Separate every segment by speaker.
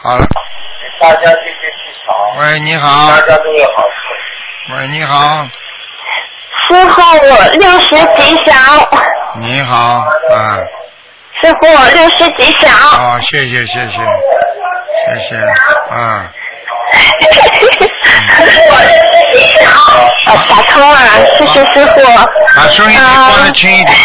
Speaker 1: 好了，
Speaker 2: 大家这些气场，
Speaker 1: 喂，你好，
Speaker 2: 大家都有好处。
Speaker 1: 喂，你好，
Speaker 3: 师傅，我六十吉祥。
Speaker 1: 你好，啊，
Speaker 3: 师傅，我六十吉祥。
Speaker 1: 好，谢谢，谢谢，谢谢，啊，
Speaker 3: 我六十吉祥。啊，打通了，谢谢师傅。
Speaker 1: 把收音机关的轻一点，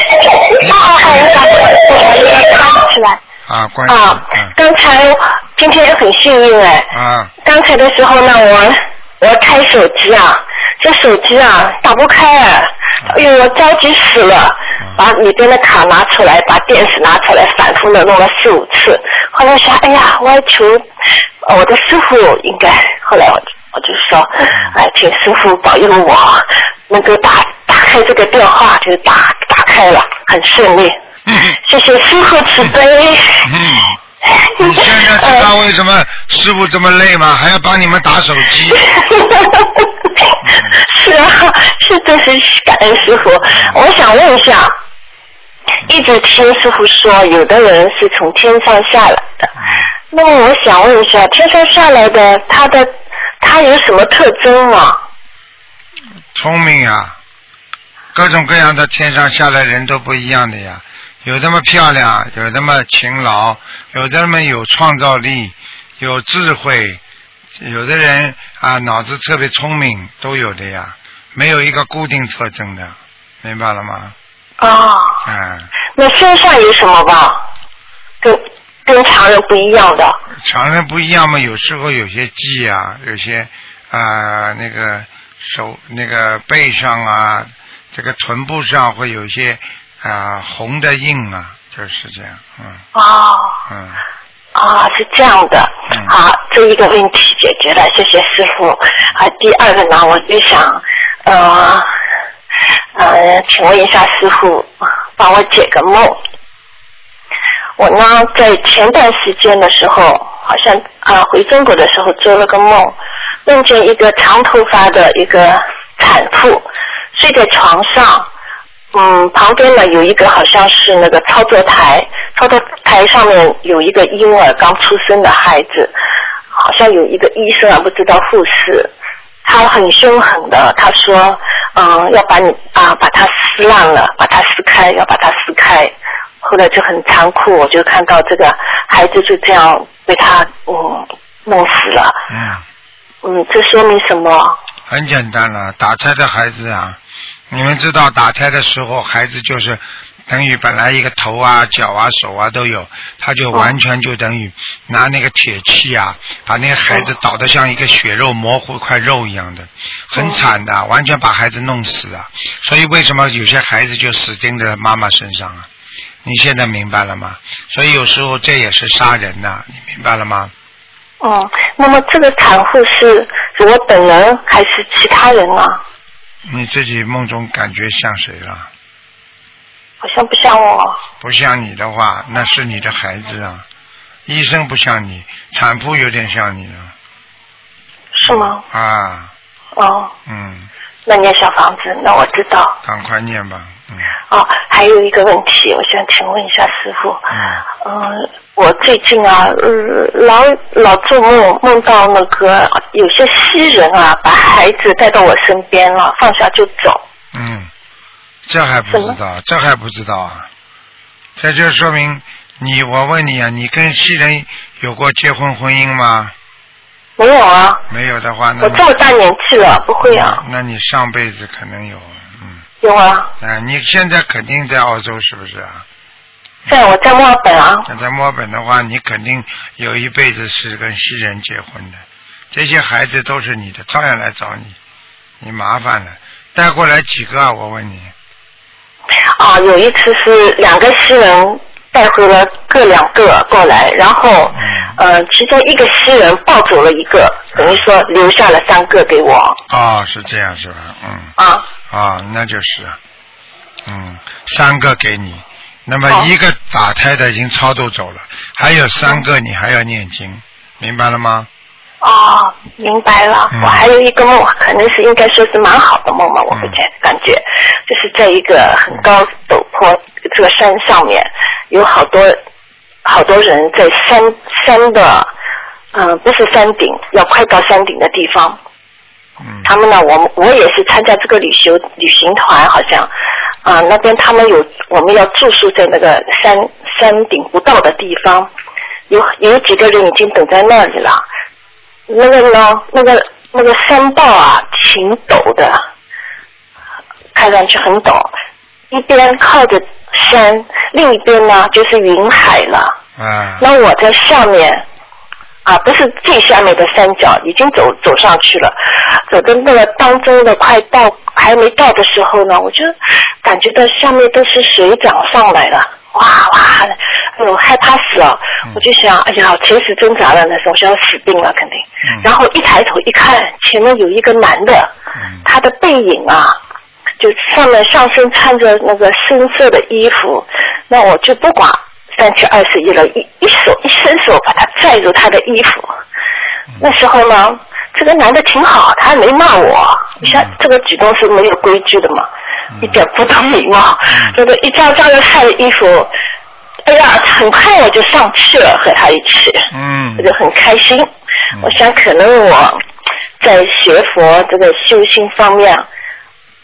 Speaker 3: 哦哦哦，我把我把那个关起来。
Speaker 1: 啊，关机，
Speaker 3: 啊，刚才今天很幸运哎。
Speaker 1: 嗯，啊，
Speaker 3: 刚才的时候呢，我我开手机啊，这手机啊打不开哎，哎呦我着急死了，
Speaker 1: 嗯
Speaker 3: 把里边的卡拿出来，把电池拿出来，反复的弄了四五次。后来想，哎呀，我还求呃我的师傅应该，后来我我就说，
Speaker 1: 嗯
Speaker 3: 哎，请师傅保佑我能够打打开这个电话，就打打开了，很顺利。谢谢师傅慈悲。呃
Speaker 1: 嗯。你现在 知道为什么师傅这么累吗？还要帮你们打手机，
Speaker 3: 是啊，是真是感恩师傅。我想问一下，一直听师傅说，有的人是从天上下来的，
Speaker 1: 嗯
Speaker 3: 那么我想问一下，天上下来的他的他有什么特征吗？
Speaker 1: 聪明啊，各种各样的天上下来人都不一样的呀，有那么漂亮，有那么勤劳，有的么有创造力，有智慧，有的人啊脑子特别聪明，都有的呀，没有一个固定特征的，明白了吗？
Speaker 3: 哦，
Speaker 1: 嗯，
Speaker 3: 那身上有什么吧？跟跟常人不一样的。
Speaker 1: 常人不一样嘛，有时候有些记啊，有些啊、呃那个手那个背上啊，这个臀部上会有一些啊、红的印啊，就是这样，嗯
Speaker 3: 哦。
Speaker 1: 嗯，
Speaker 3: 啊，是这样的
Speaker 1: 嗯，
Speaker 3: 啊，这一个问题解决了，谢谢师傅。啊，第二个呢，我就想，呃，呃，请问一下师傅，帮我解个梦。我呢，在前段时间的时候，好像啊回中国的时候做了个梦，梦见一个长头发的一个产妇睡在床上，嗯，旁边呢有一个好像是那个操作台，操作台上面有一个婴儿刚出生的孩子，好像有一个医生啊，不知道护士，他很凶狠的，他说，嗯，要把你啊把它撕烂了，把它撕开，要把它撕开。后来就很残酷，我就看到这个孩子就这样被他嗯弄死了，
Speaker 1: 嗯，
Speaker 3: 嗯，这说明什么？
Speaker 1: 很简单了，打胎的孩子啊，你们知道打胎的时候，孩子就是等于本来一个头啊、脚啊、手啊都有，他就完全就等于拿那个铁器啊，把那个孩子捣得像一个血肉模糊块肉一样的，很惨的，完全把孩子弄死啊。所以为什么有些孩子就死盯着妈妈身上啊？你现在明白了吗？所以有时候这也是杀人呐、你明白了吗？
Speaker 3: 嗯，那么这个产妇是是我本人还是其他人呢？
Speaker 1: 你自己梦中感觉像谁了？
Speaker 3: 好像不像我。
Speaker 1: 不像你的话，那是你的孩子啊。医生不像你，产妇有点像你了
Speaker 3: 是吗？
Speaker 1: 啊，
Speaker 3: 哦，
Speaker 1: 嗯，
Speaker 3: 那念小房子，那我知道。
Speaker 1: 赶快念吧，嗯
Speaker 3: 哦，还有一个问题，我想请问一下师傅，
Speaker 1: 嗯，
Speaker 3: 嗯，我最近啊，呃老老做梦，梦到那个有些西人啊，把孩子带到我身边了，放下就走。
Speaker 1: 嗯，这还不知
Speaker 3: 什
Speaker 1: 道，这还不知道啊，这就说明你，我问你啊，你跟西人有过结婚婚姻吗？
Speaker 3: 没有啊，
Speaker 1: 没有的话，那
Speaker 3: 我
Speaker 1: 你
Speaker 3: 这么大年纪了，不会啊，
Speaker 1: 那你上辈子可能有，嗯，
Speaker 3: 有啊，
Speaker 1: 哎，你现在肯定在澳洲是不是啊？
Speaker 3: 在我在墨尔本啊，
Speaker 1: 那在墨尔本的话，你肯定有一辈子是跟西人结婚的，这些孩子都是你的，照样来找你，你麻烦了。带过来几个啊？我问你，
Speaker 3: 啊，有一次是两个西人带回了各两个过来，然后
Speaker 1: 嗯，
Speaker 3: 呃，其中一个西人抱走了一个，等于说留下了三个给我
Speaker 1: 哦，是这样是吧？嗯，
Speaker 3: 啊。
Speaker 1: 哦，那就是，嗯，三个给你，那么
Speaker 3: 好
Speaker 1: 一个打胎的已经超度走了，还有三个你还要念经，明白了吗？
Speaker 3: 哦，明白了。
Speaker 1: 嗯
Speaker 3: 我还有一个梦，可能是应该说是蛮好的梦嘛，我会觉感觉，就是在一个很高陡坡这个山上面，有好多好多人在山山的嗯，不是山顶，要快到山顶的地方。
Speaker 1: 嗯，
Speaker 3: 他们呢，我们我也是参加这个旅行旅行团，好像啊、那边他们有我们要住宿在那个山山顶不到的地方，有有几个人已经等在那里了。那个呢，那个那个山道啊，挺陡的，看上去很陡，一边靠着山，另一边呢就是云海了。
Speaker 1: 啊，
Speaker 3: 那我在下面，啊，不是最下面的山脚，已经走走上去了，走到那个当中的快到还没到的时候呢，我就感觉到下面都是水涨上来了，哇哇的，哎呦害怕死了
Speaker 1: 嗯，
Speaker 3: 我就想，哎呀，垂死挣扎了，那时候我想死定了肯定
Speaker 1: 嗯。
Speaker 3: 然后一抬头一看，前面有一个男的，
Speaker 1: 嗯
Speaker 3: 他的背影啊，就上面上身穿着那个深色的衣服，那我就不管三七二十一了，一一手一伸手把他拽住他的衣服。那时候呢，这个男的挺好，他也没骂我，你像这个举动是没有规矩的嘛，一点不懂礼貌，这个一张张的晒的衣服，哎呀，很快我就上去了和他一起。
Speaker 1: 嗯
Speaker 3: 我就很开心。我想可能我在学佛这个修心方面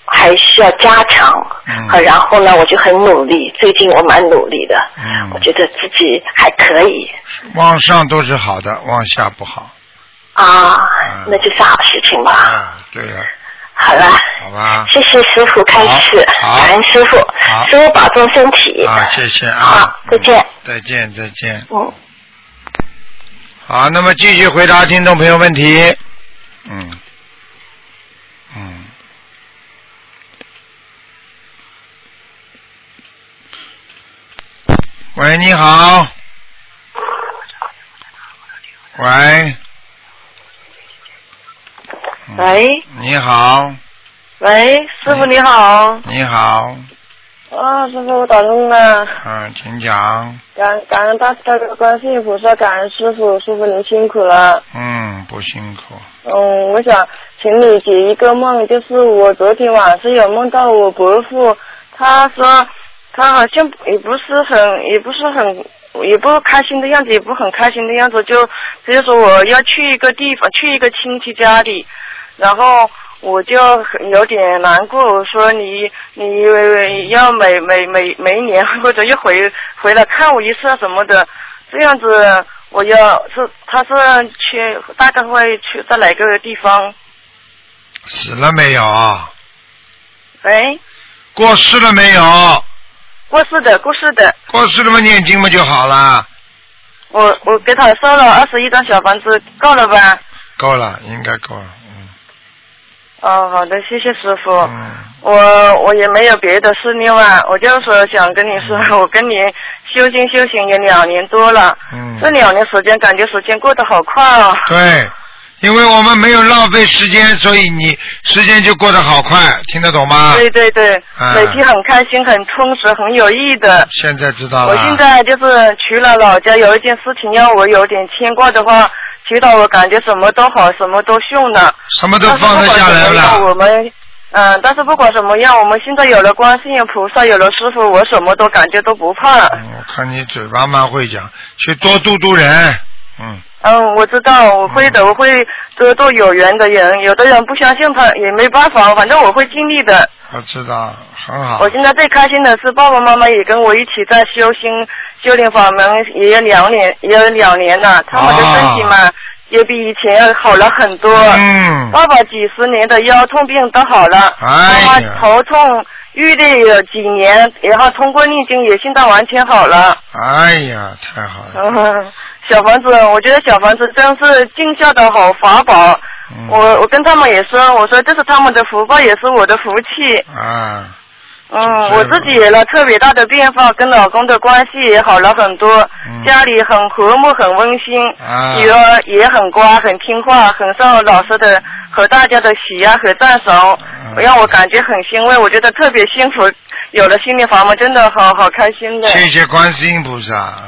Speaker 3: 还需要加强，
Speaker 1: 嗯
Speaker 3: 啊然后呢，我就很努力，最近我蛮努力的，
Speaker 1: 嗯
Speaker 3: 我觉得自己还可以
Speaker 1: 往上都是好的，往下不好。
Speaker 3: 啊
Speaker 1: 嗯，
Speaker 3: 那就是好事情吧。
Speaker 1: 啊，对了，
Speaker 3: 好了，
Speaker 1: 好吧。
Speaker 3: 谢谢师傅开始，
Speaker 1: 嗯好好
Speaker 3: 感恩师傅
Speaker 1: 好，
Speaker 3: 师傅保重身体。
Speaker 1: 啊，谢谢啊
Speaker 3: 好。再见
Speaker 1: 嗯再见，再见。
Speaker 3: 嗯，
Speaker 1: 好，那么继续回答听众朋友问题。嗯，嗯。喂，你好。喂，嗯
Speaker 4: 喂
Speaker 1: 你好，
Speaker 4: 喂，师傅你好，
Speaker 1: 你好，
Speaker 4: 啊，师傅我打通了，
Speaker 1: 嗯，请讲。
Speaker 4: 感感恩大慈大悲观世音菩萨，感恩师傅，师傅您辛苦了。
Speaker 1: 嗯，不辛苦。
Speaker 4: 嗯，我想请你解一个梦，就是我昨天晚上有梦到我伯父，他说他好像也不是很，也不是很，也不开心的样子，也不很开心的样子，就他就说我要去一个地方，去一个亲戚家里，然后我就很有点难过，我说你你要每每每每一年或者要回回来看我一次啊什么的，这样子我要是他是去大概会去在哪个地方？
Speaker 1: 死了没有？
Speaker 4: 喂，
Speaker 1: 过世了没有？
Speaker 4: 哎过世的过世的，
Speaker 1: 过世了嘛，念经嘛就好了，
Speaker 4: 我我给他烧了二十一张小房子，够了吧？
Speaker 1: 够了，应该够了。嗯
Speaker 4: 哦，好的，谢谢师傅。
Speaker 1: 嗯
Speaker 4: 我我也没有别的事情了，我就是想跟你说， 我跟你修行修行也两年多了，
Speaker 1: 嗯
Speaker 4: 这两年时间感觉时间过得好快哦。
Speaker 1: 对，因为我们没有浪费时间，所以你时间就过得好快，听得懂吗？
Speaker 4: 对对对，
Speaker 1: 啊
Speaker 4: 每天很开心、很充实、很有意义的。
Speaker 1: 现在知道了。
Speaker 4: 我现在就是除了老家有一件事情让我有点牵挂的话，其他我感觉什么都好，什么都顺了。
Speaker 1: 什么都放得下来
Speaker 4: 但是不管怎么样我
Speaker 1: 了。
Speaker 4: 们，嗯，但是不管怎么样，我们现在有了观世音菩萨，有了师傅，我什么都感觉都不怕了。
Speaker 1: 嗯我看你嘴巴蛮会讲，去多度度人。嗯，
Speaker 4: 嗯，我知道，我会的，我会多做有缘的人。有的人不相信他也没办法，反正我会尽力的。
Speaker 1: 我知道，很好
Speaker 4: 我。现在最开心的是爸爸妈妈也跟我一起在修心修炼法门，也有两年，也有两年了。他们的身体嘛，也比以前好了很多。
Speaker 1: 啊嗯，
Speaker 4: 爸爸几十年的腰痛病都好了，
Speaker 1: 哎呀
Speaker 4: 妈妈头痛郁了有几年，然后通过念经也现在完全好了。
Speaker 1: 哎呀，太好了。
Speaker 4: 嗯， 小房子，我觉得小房子真是尽孝的好法宝。
Speaker 1: 嗯
Speaker 4: 我我跟他们也说，我说这是他们的福报，也是我的福气。
Speaker 1: 啊，
Speaker 4: 嗯，
Speaker 1: 是
Speaker 4: 我自己也了特别大的变化，跟老公的关系也好了很多，
Speaker 1: 嗯
Speaker 4: 家里很和睦，很温馨，
Speaker 1: 啊
Speaker 4: 女儿也很乖，很听话，很受老师的和大家的喜爱和赞赏，
Speaker 1: 嗯
Speaker 4: 让我感觉很欣慰，我觉得特别幸福。有了心灵法门，真的好好开心的。
Speaker 1: 谢谢观世音菩萨。啊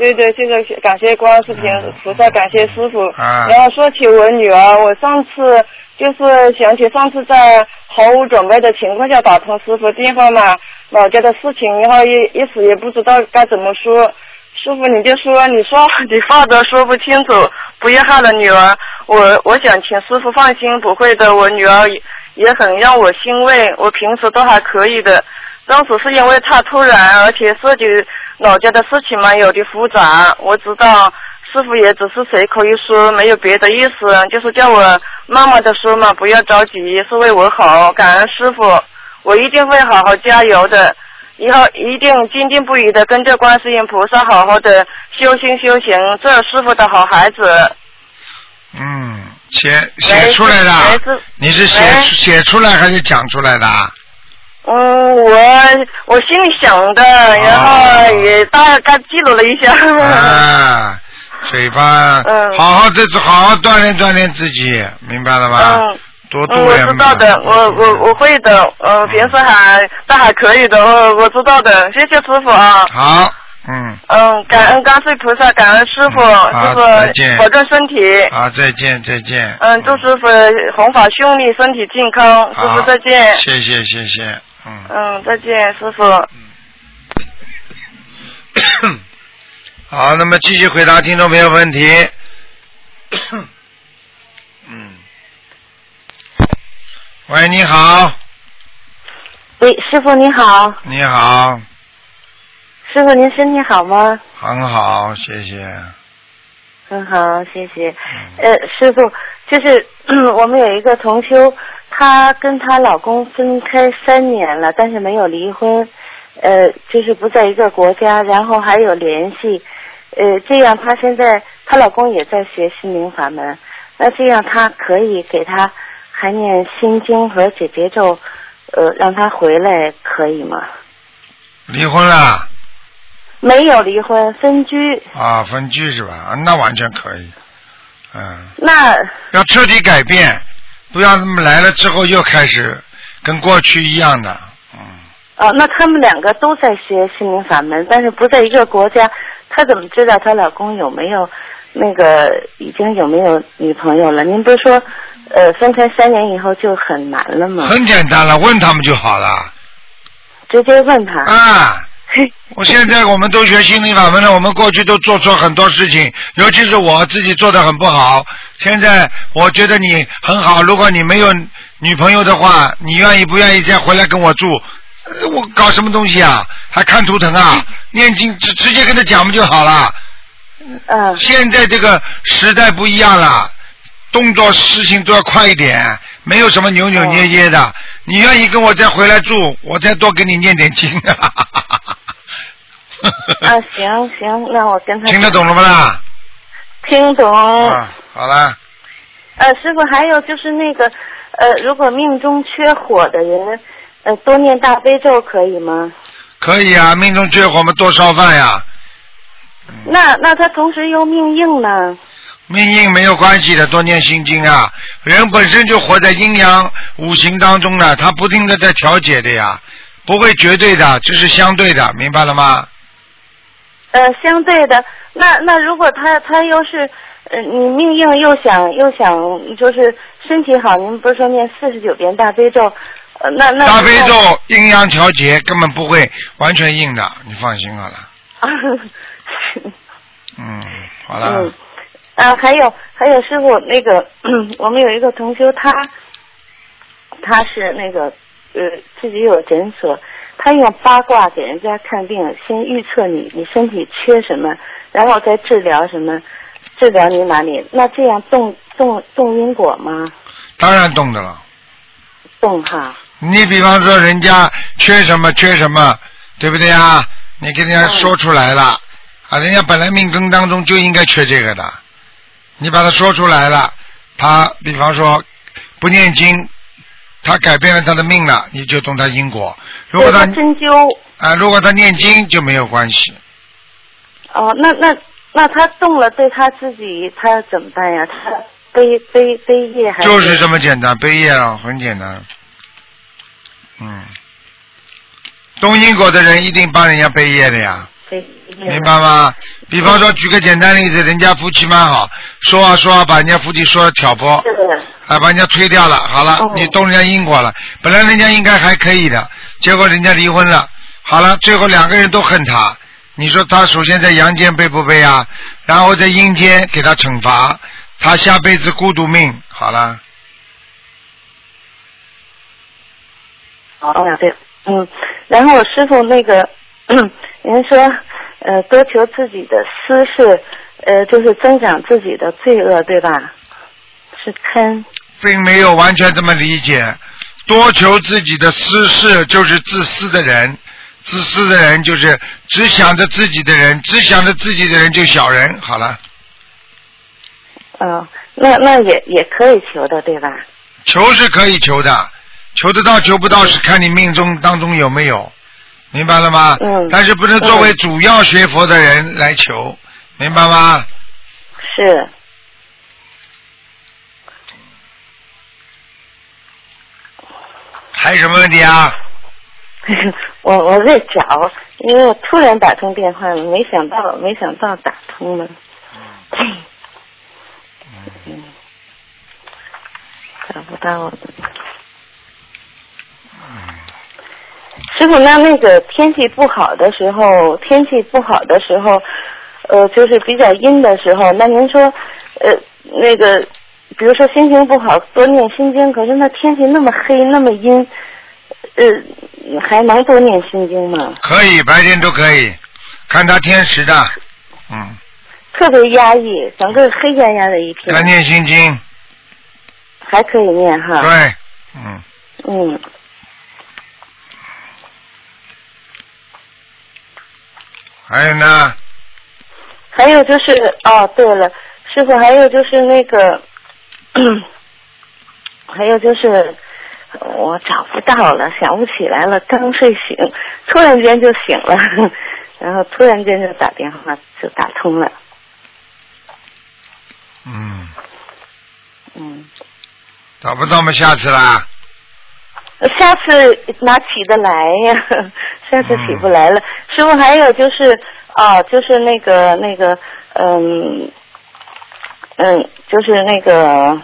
Speaker 4: 对对，这个感谢观世音菩萨，感谢师傅。
Speaker 1: 啊
Speaker 4: 然后说起我女儿，我上次就是想起上次在毫无准备的情况下打通师傅电话嘛，老家的事情，然后一一时也不知道该怎么说。师傅，你就说，你说 你话都说不清楚，不要害了女儿。我我想请师傅放心，不会的，我女儿也也很让我欣慰，我平时都还可以的。当时是因为太突然，而且涉及老家的事情嘛，有的复杂。我知道师傅也只是随口一说，没有别的意思，就是叫我慢慢的说嘛，不要着急，是为我好，感恩师傅，我一定会好好加油的。以后一定坚定不移的跟着观世音菩萨好好的修心修行，做师傅的好孩子。
Speaker 1: 嗯，写写出来
Speaker 4: 喂
Speaker 1: 的
Speaker 4: 师，
Speaker 1: 你是写
Speaker 4: 喂
Speaker 1: 写出来还是讲出来的啊？
Speaker 4: 嗯，我我心里想的，然后也大概记录了一下。
Speaker 1: 啊，嘴巴，
Speaker 4: 嗯
Speaker 1: 好好自己，好好锻炼锻炼自己，明白了吗？
Speaker 4: 嗯，
Speaker 1: 多
Speaker 4: 嗯，
Speaker 1: 度
Speaker 4: 我
Speaker 1: 量
Speaker 4: 知道的，我我我会的，嗯，平时还但还可以的，我我知道的，谢谢师傅啊。
Speaker 1: 好，嗯，
Speaker 4: 嗯，感恩观世菩萨，感恩师傅，
Speaker 1: 嗯好再
Speaker 4: 师
Speaker 1: 见
Speaker 4: 傅保重身体。
Speaker 1: 好，再见，再见。
Speaker 4: 嗯，祝师傅弘法顺利，身体健康。师
Speaker 1: 好
Speaker 4: 傅再见。
Speaker 1: 谢谢，谢谢，嗯。
Speaker 4: 嗯，再见，师傅。
Speaker 1: 好，那么继续回答听众朋友问题。 嗯。喂，你好，
Speaker 3: 喂，师傅您好，
Speaker 1: 你好，
Speaker 3: 师傅您身体好吗？
Speaker 1: 很好，谢谢。
Speaker 3: 很嗯好，谢谢。呃，师傅，就是 我们有一个同修，她跟她老公分开三年了，但是没有离婚，呃，就是不在一个国家，然后还有联系，呃，这样她现在她老公也在学心灵法门，那这样她可以给她还念心经和解结咒，呃，让她回来可以吗？
Speaker 1: 离婚了
Speaker 3: 没有离婚，分居，
Speaker 1: 啊，分居是吧？啊那完全可以，嗯，
Speaker 3: 那
Speaker 1: 要彻底改变，不要那么来了之后又开始跟过去一样的，嗯，
Speaker 3: 哦，那他们两个都在学心灵法门，但是不在一个国家，她怎么知道她老公有没有那个已经有没有女朋友了？您不是说，呃，分开三年以后就很难了吗？
Speaker 1: 很简单了，问他们就好了
Speaker 3: 直接问他。
Speaker 1: 啊。
Speaker 3: 嘿
Speaker 1: 我现在我们都学心灵法门了，我们过去都做错很多事情，尤其是我自己做的很不好。现在我觉得你很好，如果你没有女朋友的话，你愿意不愿意再回来跟我住？呃我搞什么东西啊？还看图腾啊？念经直直接跟他讲不就好了？
Speaker 3: 嗯、
Speaker 1: 现在这个时代不一样了，动作事情都要快一点，没有什么扭扭捏捏的。你愿意跟我再回来住，我再多给你念点经。
Speaker 3: 啊，行行，那我跟他
Speaker 1: 听得懂了不啦？
Speaker 3: 听懂。
Speaker 1: 啊，好了，
Speaker 3: 呃，师傅，还有就是那个，呃，如果命中缺火的人，呃，多念大悲咒可以吗？
Speaker 1: 可以啊，命中缺火我们多烧饭呀，
Speaker 3: 那那他同时又命硬呢？
Speaker 1: 命硬没有关系的，多念心经啊。人本身就活在阴阳五行当中的，他不停的在调节的呀，不会绝对的，这是相对的，明白了吗？
Speaker 3: 呃，相对的，那那如果他他又是，呃，你命硬又想又想就是身体好，您不是说念四十九遍大悲咒，呃，那那
Speaker 1: 大悲 咒阴阳调节根本不会完全硬的，你放心好了。
Speaker 3: 啊，
Speaker 1: 嗯，好了，
Speaker 3: 嗯，啊，还有还有师傅那个，我们有一个同修，他他是那个呃自己有诊所，他用八卦给人家看病，先预测你你身体缺什么，然后再治疗什么，治疗你哪里，那这样动动动因果吗？
Speaker 1: 当然懂的了。
Speaker 3: 动哈，
Speaker 1: 你比方说人家缺什么缺什么，对不对啊？你跟人家说出来了、啊，人家本来命根当中就应该缺这个的，你把它说出来了，他比方说不念经，他改变了他的命了，你就动他因果。如果
Speaker 3: 对
Speaker 1: 他
Speaker 3: 他针灸
Speaker 1: 啊、如果他念经就没有关系，
Speaker 3: 哦，那那那他动了，对他自己他怎么办呀？他背背背业还
Speaker 1: 就是这么简单，背业啊，很简单。嗯，懂因果的人一定帮人家背业的呀，
Speaker 3: 背业
Speaker 1: 明白吗？比方说，举个简单例子，人家夫妻蛮好，说啊说啊，把人家夫妻说的挑拨，
Speaker 3: 是的，
Speaker 1: 啊，把人家推掉了，好了
Speaker 3: 哦，
Speaker 1: 你动人家因果了，本来人家应该还可以的，结果人家离婚了，好了，最后两个人都恨他，你说他首先在阳间背不背啊？然后在阴间给他惩罚，他下辈子孤独命，好了。
Speaker 5: 哦，对，嗯，然后我师傅那个， 您说，呃，多求自己的私事，呃，就是增长自己的罪恶，对吧？是嗔，
Speaker 1: 并没有完全这么理解。多求自己的私事就是自私的人，自私的人就是只想着自己的人，只想着自己的人就小人。好了，
Speaker 5: 哦，那那也也可以求的，对吧？
Speaker 1: 求是可以求的，求得到求不到是看你命中当中有没有，明白了吗？
Speaker 5: 嗯
Speaker 1: 但是不能作为主要学佛的人来求，明白吗？
Speaker 5: 是。
Speaker 1: 还有什么问题啊？
Speaker 5: 我我在找，因为我突然打通电话了，没想到没想到打通了。嗯，找不到我的。师傅，那那个天气不好的时候，天气不好的时候，呃，就是比较阴的时候，那您说，呃，那个，比如说心情不好，多念心经，可是那天气那么黑，那么阴，呃，还能多念心经吗？
Speaker 1: 可以，白天都可以，看他天时的，嗯，
Speaker 5: 特别压抑，整个黑压压的一片
Speaker 1: 要，念心经，
Speaker 5: 还可以念哈。
Speaker 1: 对，嗯。
Speaker 5: 嗯，
Speaker 1: 还有呢，
Speaker 5: 还有就是哦，对了，师傅，还有就是那个， 还有就是呃我找不到了，想不起来了，刚睡醒，突然间就醒了， 然后突然间就打电话就打通了，
Speaker 1: 嗯，
Speaker 5: 嗯。
Speaker 1: 找不到嘛，下次啦。
Speaker 5: 下次哪起得来呀？下次起不来了。师傅，还有就是啊，就是那个那个，嗯嗯，就是那个。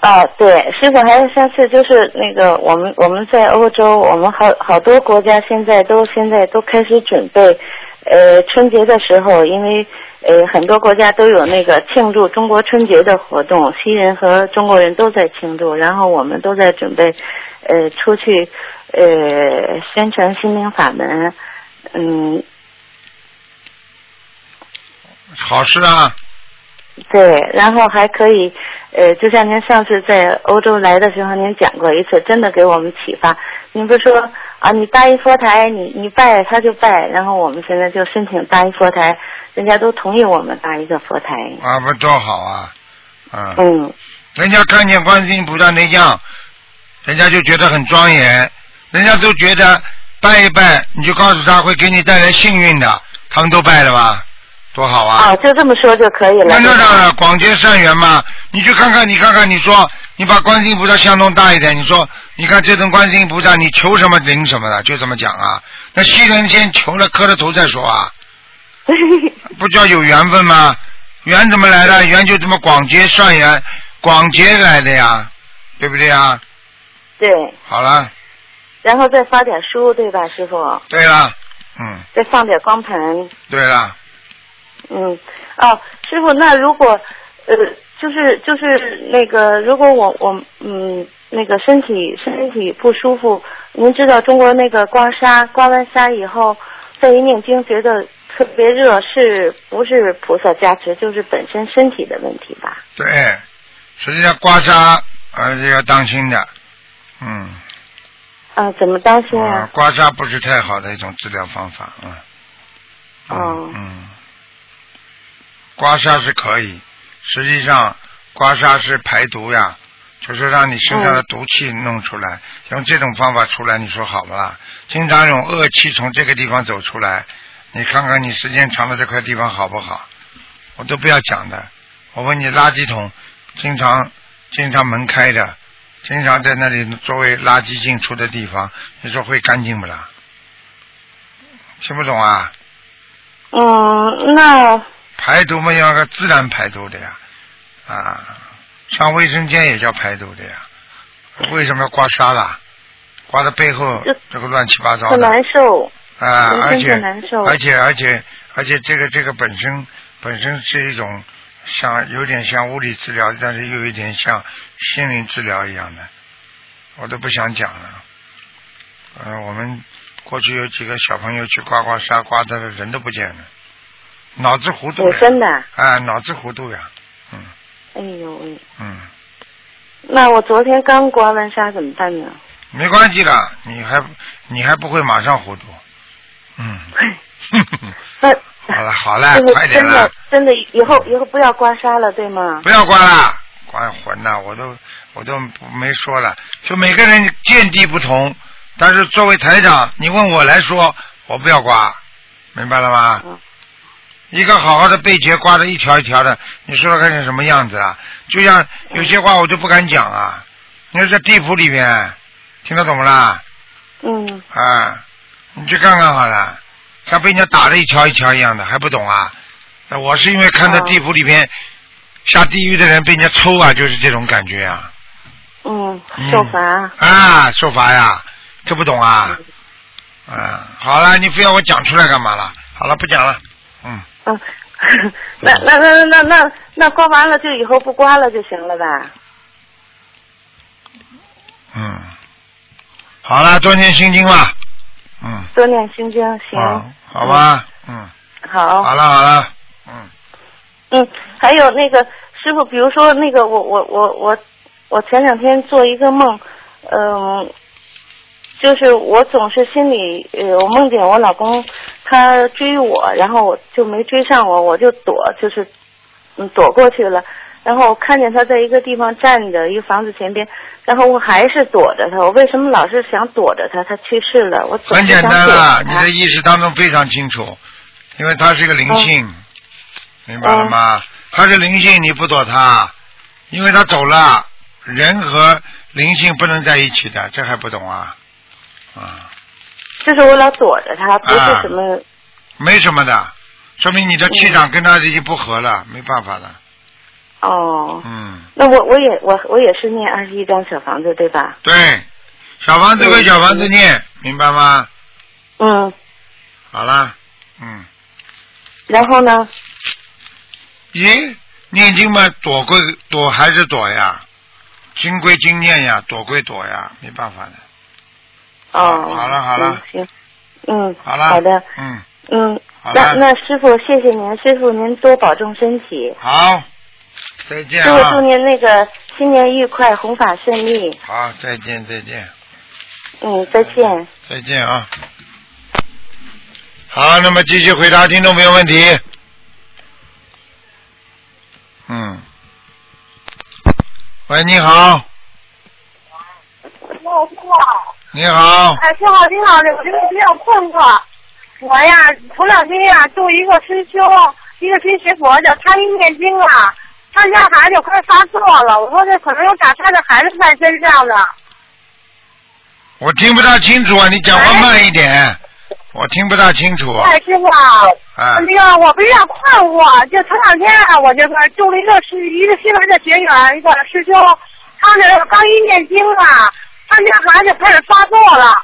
Speaker 5: 啊，对，师傅，还有上次就是那个，我们我们在欧洲，我们好好多国家现在都现在都开始准备，呃，春节的时候，因为呃很多国家都有那个庆祝中国春节的活动，西人和中国人都在庆祝，然后我们都在准备，呃，出去呃宣传心灵法门，嗯，
Speaker 1: 好事啊，
Speaker 5: 对，然后还可以，呃，就像您上次在欧洲来的时候，您讲过一次，真的给我们启发。您不是说啊，你搭一佛台，你你拜他就拜，然后我们现在就申请搭一佛台，人家都同意我们搭一个佛台。
Speaker 1: 啊，不多好啊，啊，
Speaker 5: 嗯，
Speaker 1: 人家看见观世音菩萨那样，人家就觉得很庄严，人家都觉得拜一拜，你就告诉他会给你带来幸运的，他们都拜了吧，多好啊！
Speaker 5: 啊，就这么说就可以了
Speaker 1: 那。那当然，广结善缘嘛。你去看看，你看看，你说你把观世音菩萨像弄大一点，你说你看这尊观世音菩萨，你求什么灵什么的，就这么讲啊。那西人先求了磕了头再说啊，不叫有缘分吗？缘怎么来的？缘就这么广结善缘，广结来的呀，对不对啊？
Speaker 5: 对，
Speaker 1: 好了，
Speaker 5: 然后再发点书，对吧，师傅？
Speaker 1: 对了，嗯，
Speaker 5: 再放点光盘，
Speaker 1: 对了，
Speaker 5: 嗯，哦，师傅，那如果呃，就是就是那个，如果我我嗯那个身体身体不舒服，您知道中国那个刮痧，刮完痧以后，再一念经觉得特别热，是不是菩萨加持，就是本身身体的问题吧？
Speaker 1: 对，实际上刮痧还是要当心的，嗯。
Speaker 5: 啊，怎么当心
Speaker 1: 啊
Speaker 5: 啊？，
Speaker 1: 刮痧不是太好的一种治疗方法啊。嗯
Speaker 5: 哦
Speaker 1: 嗯，刮痧是可以，实际上刮痧是排毒呀，就是让你身上的毒气弄出来，用这种方法出来，你说好不啦？经常有恶气从这个地方走出来，你看看你时间长了这块地方好不好？我都不要讲的，我问你，垃圾桶经常经常门开着，经常在那里作为垃圾进出的地方，你说会干净不啦？听不懂啊？
Speaker 5: 嗯，那
Speaker 1: 排毒嘛，要个自然排毒的呀，啊，上卫生间也叫排毒的呀，为什么要刮痧啦？刮到背后
Speaker 5: 这
Speaker 1: 这个乱七八糟
Speaker 5: 很
Speaker 1: 的，
Speaker 5: 难受。
Speaker 1: 啊，
Speaker 5: 浑
Speaker 1: 而
Speaker 5: 身
Speaker 1: 且
Speaker 5: 就难受
Speaker 1: 而且而且而且这个这个本身本身是一种像有点像物理治疗，但是又有一点像心灵治疗一样的，我都不想讲了。嗯、我们过去有几个小朋友去刮刮痧，刮的人都不见了，脑子糊涂
Speaker 5: 我
Speaker 1: 了
Speaker 5: 真的啊，
Speaker 1: 啊，脑子糊涂呀，嗯
Speaker 5: 哎呦喂，
Speaker 1: 嗯，
Speaker 5: 那我昨天刚刮完痧怎么办呢？
Speaker 1: 没关系的，你还你还不会马上糊涂， 嗯，
Speaker 5: 那
Speaker 1: 好了好了
Speaker 5: 就，
Speaker 1: 快
Speaker 5: 是
Speaker 1: 点
Speaker 5: 真
Speaker 1: 了
Speaker 5: 的。真的以后以后不要刮痧了，对吗？
Speaker 1: 不要管了，管魂呐、我都我都没说了。就每个人见地不同，但是作为台长，你问我来说，我不要刮，明白了吗？
Speaker 5: 嗯
Speaker 1: 一个好好的被节刮的一条一条的，你说说看是什么样子啊？就像有些话我就不敢讲啊。你说在地府里面，听得懂不啦？
Speaker 5: 嗯，
Speaker 1: 啊，你去看看好了，像被人家打的一条一条一样的，还不懂啊？那我是因为看到
Speaker 5: 哦
Speaker 1: 地府里边下地狱的人被人家抽啊，就是这种感觉啊。
Speaker 5: 嗯
Speaker 1: 嗯，
Speaker 5: 受罚。
Speaker 1: 啊，受罚呀，这不懂啊？啊，好了，你非要我讲出来干嘛了？好了，不讲了，嗯，
Speaker 5: 嗯， 那那那那那那刮完了就以后不刮了就行了吧？
Speaker 1: 嗯，好了，多念心经吧，嗯，
Speaker 5: 多念心经行。
Speaker 1: 啊，好吧，嗯，
Speaker 5: 好。
Speaker 1: 好了好了，嗯，
Speaker 5: 嗯，还有那个师傅，比如说那个我我我我我前两天做一个梦，嗯，就是我总是心里呃，我梦见我老公他追我，然后我就没追上我，我就躲，就是嗯躲过去了。然后我看见他在一个地方站着，一个房子前边，然后我还是躲着他。我为什么老是想躲着他？他去世了，我总
Speaker 1: 很
Speaker 5: 是
Speaker 1: 简
Speaker 5: 想躲
Speaker 1: 单了，
Speaker 5: 着
Speaker 1: 你
Speaker 5: 他
Speaker 1: 的。意识当中非常清楚，因为它是一个灵性，
Speaker 5: 哦
Speaker 1: 明白了吗？它是灵性，你不躲它，因为它走了，人和灵性不能在一起的，这还不懂啊？啊，
Speaker 5: 就是我老躲着他，不
Speaker 1: 啊
Speaker 5: 是什么、
Speaker 1: 没什么的，说明你的气场跟它已经不合了，没办法了，
Speaker 5: 哦。
Speaker 1: 嗯，
Speaker 5: 那我我也我我也是念二十一张小房子对吧？
Speaker 1: 对，小房子归
Speaker 5: 嗯
Speaker 1: 小房子念，明白吗？
Speaker 5: 嗯，
Speaker 1: 好啦，嗯，
Speaker 5: 然后呢？
Speaker 1: 咦，念经嘛，躲归躲还是躲呀，经归经念呀，躲归躲呀，没办法的。
Speaker 5: 哦，
Speaker 1: 好了好了
Speaker 5: 行，行嗯，
Speaker 1: 好了，
Speaker 5: 好的，
Speaker 1: 嗯，
Speaker 5: 嗯，
Speaker 1: 好了
Speaker 5: 那那师傅谢谢您，师傅您多保重身体，
Speaker 1: 好，再见
Speaker 5: 师傅
Speaker 1: 啊
Speaker 5: 祝，您那个新年愉快，弘法顺利，
Speaker 1: 好，再见，再见，
Speaker 5: 嗯，再见。
Speaker 1: 再见啊。好，那么继续回答听众朋友问题。嗯，喂，你好，
Speaker 3: 我哇！
Speaker 1: 你好，
Speaker 3: 哎，挺好挺好的，我这个比较困惑。我呀，头两天呀，住一个师兄，一个新学佛的，他一念经啊，他家孩子就快发作了。我说这可能有打他的孩子在身上的。
Speaker 1: 我听不大清楚啊，你讲话慢一点，我听不大清楚啊
Speaker 3: 哎，，师傅啊，
Speaker 1: 啊
Speaker 3: 那个我比较困惑，就头两天啊，我这个住了一个是一个新来的学员，一个师兄，他那个刚一念经啊，他家孩子就开始发作了。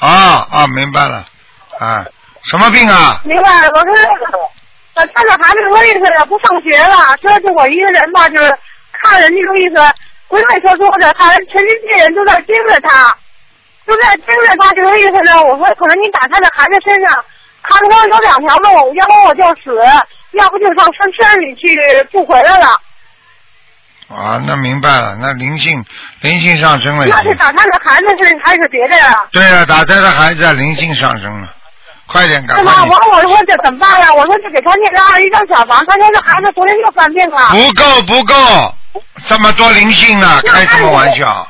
Speaker 1: 啊啊，明白了，啊，什么病啊？
Speaker 3: 明白，我说，我看着孩子说意思不上学了，说就我一个人吧，就是看人家说意思，不是说说的，看全世界人都在盯着他，都在盯着他，这个意思呢。我说可能你打他的孩子身上，他说有两条路，要不我就死，要不就上深山里去不回来了。
Speaker 1: 啊，那明白了，那灵性灵性上升了已
Speaker 3: 那
Speaker 1: 经
Speaker 3: 是。打他的孩子是还是别的呀？
Speaker 1: 对啊，打胎的孩子啊，灵性上升了，快点赶
Speaker 3: 是
Speaker 1: 快
Speaker 3: 吗？
Speaker 1: 你！
Speaker 3: 我我说这怎么办呀？我说就给他念了二十一张小房，他说这孩子昨天又犯病了。
Speaker 1: 不够不够，这么多灵性了，
Speaker 3: 那
Speaker 1: 开什么
Speaker 3: 那
Speaker 1: 玩
Speaker 3: 你
Speaker 1: 笑？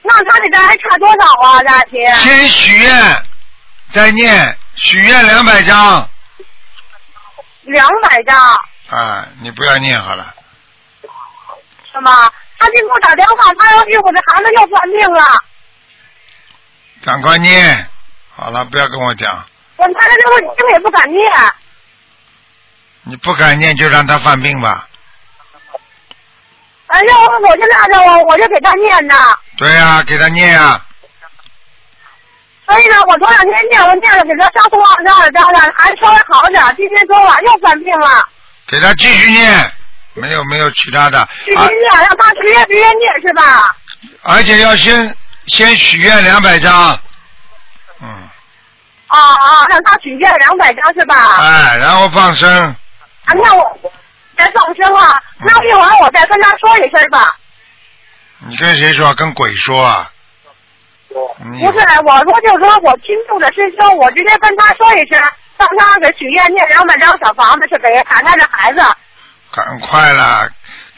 Speaker 3: 那他得咱还差多少啊，大姐？
Speaker 1: 先许愿，再念，许愿两百张
Speaker 3: 两百张
Speaker 1: 啊！你不要念好了，
Speaker 3: 是吗？他今给我打电话，他说是我这孩子又犯病了。
Speaker 1: 赶快念，好了，不要跟我讲，
Speaker 3: 我他这我经也不敢念，
Speaker 1: 你不敢念就让他犯病吧。
Speaker 3: 哎，要啊我我就拉着我，我就给他念呢。
Speaker 1: 啊对呀、给他念啊，
Speaker 6: 所以呢，我头两天念了念了，给他烧多少张了张了，还稍微好点儿。今天中午又犯病了，
Speaker 1: 给他继续念，没有没有其他的，
Speaker 6: 去医
Speaker 1: 而
Speaker 6: 院让他直接直接念是吧？
Speaker 1: 而且要先先许愿两百张，嗯，
Speaker 6: 啊啊，让他许愿两百张是吧？啊，
Speaker 1: 哎，然后放生，
Speaker 6: 那我再放生啊，那一会儿我再跟他说一声吧。
Speaker 1: 你跟谁说？跟鬼说啊？你
Speaker 6: 不是，我说就是说我听住的师兄，我直接跟他说一声，让他给许愿念两百张小房子是给他他的孩子。
Speaker 1: 赶快啦！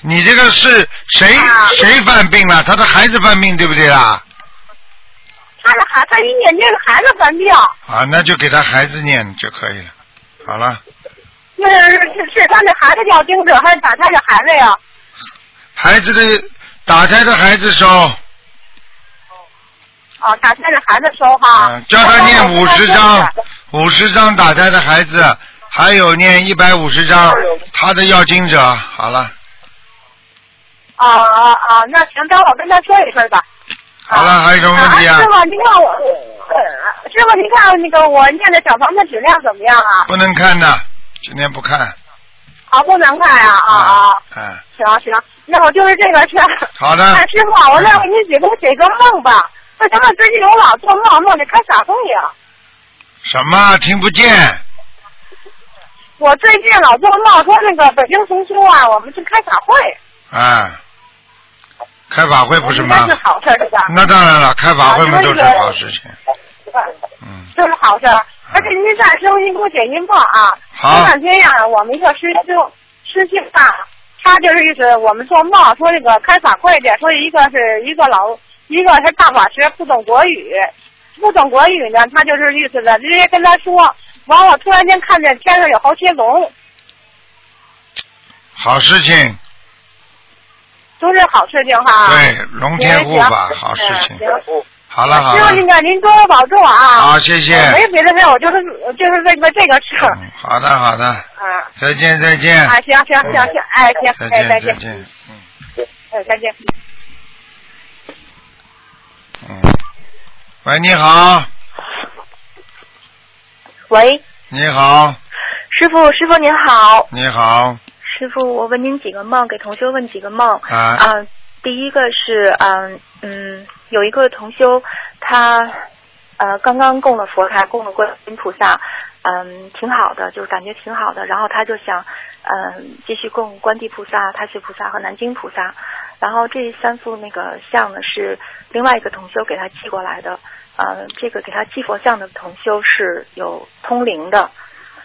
Speaker 1: 你这个是谁
Speaker 6: 啊
Speaker 1: 谁犯病了？他的孩子犯病对不对啦？
Speaker 6: 他的孩，他一念这个孩子犯病，
Speaker 1: 啊，那就给他孩子念就可以了。好了，
Speaker 6: 那是是是他的孩子掉钉子，还是打他的孩子呀？
Speaker 1: 孩子的打胎的孩子收，
Speaker 6: 啊，打他的孩子收哈。
Speaker 1: 嗯，叫他念五十
Speaker 6: 啊我
Speaker 1: 张，五十张打胎的孩子，还有念一百五十张他的要经者。好了，
Speaker 6: 啊啊啊！那行，等我跟他说一声吧。
Speaker 1: 好了，还有什么问题
Speaker 6: 啊
Speaker 1: 啊
Speaker 6: 师？傅，您看我，呃师傅，您看那个我念的小房子质量怎么样啊？
Speaker 1: 不能看的，今天不看。
Speaker 6: 啊，不能看啊啊啊！
Speaker 1: 嗯，
Speaker 6: 行行，那我就是这个事儿。
Speaker 1: 好的。
Speaker 6: 哎，师傅啊，我再给您解个解个梦吧。为什么最近我老做梦，梦见开傻洞影？
Speaker 1: 什么听不见？
Speaker 6: 我最近老做梦，说那个北京同修啊，我们去开法会，
Speaker 1: 啊，开法会不是
Speaker 6: 应该
Speaker 1: 吗？
Speaker 6: 是好事儿是吧？
Speaker 1: 那当然了，开法会嘛都是好事情。嗯，
Speaker 6: 都是好事儿。而且您暂时您给我解一梦啊。
Speaker 1: 好
Speaker 6: 前两天呀、我们一个师兄师兄啊，他就是意思我们做梦说那个开法会的，说一个是一个老一个是大法师不懂国语，不懂国语呢，他就是意思的直接跟他说，完我突然间看见天上有好些龙，
Speaker 1: 好事情，
Speaker 6: 都是好事情哈。
Speaker 1: 对，龙天护法，
Speaker 6: 啊行
Speaker 1: 好事情
Speaker 6: 嗯。行
Speaker 1: 好了好
Speaker 6: 师傅，您
Speaker 1: 了，
Speaker 6: 看您多保重啊！
Speaker 1: 好谢谢
Speaker 6: 我没别的事儿，我就是就是为了这个事儿
Speaker 1: 嗯好的好的，
Speaker 6: 啊。
Speaker 1: 再见再见
Speaker 6: 啊，行行行行，哎，
Speaker 1: 再
Speaker 6: 行，哎，再
Speaker 1: 见
Speaker 6: 见
Speaker 1: 再，见，嗯
Speaker 6: 哎，再见。
Speaker 1: 嗯。喂，你好，
Speaker 5: 喂，
Speaker 1: 你好，
Speaker 5: 师傅，师傅您好，
Speaker 1: 你好，
Speaker 5: 师傅，我问您几个梦，给同修问几个梦。
Speaker 1: 啊，
Speaker 5: 啊、第一个是，嗯、嗯，有一个同修，他呃刚刚供了佛台，供了观音菩萨，嗯，挺好的，就是感觉挺好的。然后他就想，嗯、继续供观地菩萨、太岁菩萨和南京菩萨。然后这三幅那个像呢是另外一个同修给他寄过来的，呃，这个给他寄佛像的同修是有通灵的。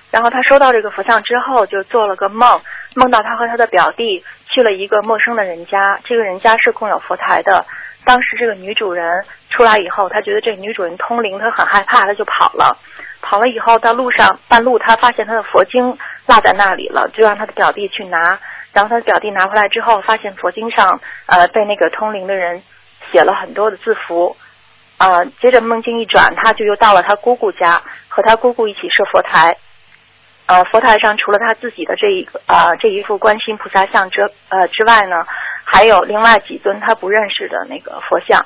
Speaker 5: 然后他收到这个佛像之后，就做了个梦，梦到他和他的表弟去了一个陌生的人家，这个人家是供有佛台的。当时这个女主人出来以后，他觉得这个女主人通灵，他很害怕，他就跑了。跑了以后，到路上半路，他发现他的佛经落在那里了，就让他的表弟去拿。然后他的表弟拿回来之后，发现佛经上呃被那个通灵的人写了很多的字符，呃，接着梦境一转，他就又到了他姑姑家，和他姑姑一起设佛台。呃，佛台上除了他自己的这一个呃这一幅观世音菩萨像之呃之外呢，还有另外几尊他不认识的那个佛像。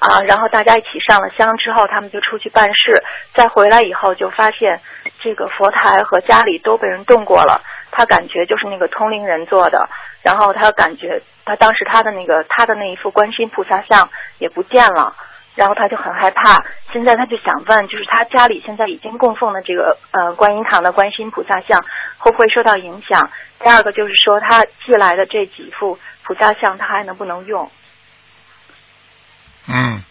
Speaker 5: 啊，然后大家一起上了香之后，他们就出去办事，再回来以后就发现这个佛台和家里都被人动过了。他感觉就是那个通灵人做的，然后他感觉他当时他的那个他的那一副观世音菩萨像也不见了，然后他就很害怕。现在他就想问，就是他家里现在已经供奉的这个呃观音堂的观世音菩萨像会不会受到影响？第二个就是说他寄来的这几副菩萨像，他还能不能用？
Speaker 1: 嗯。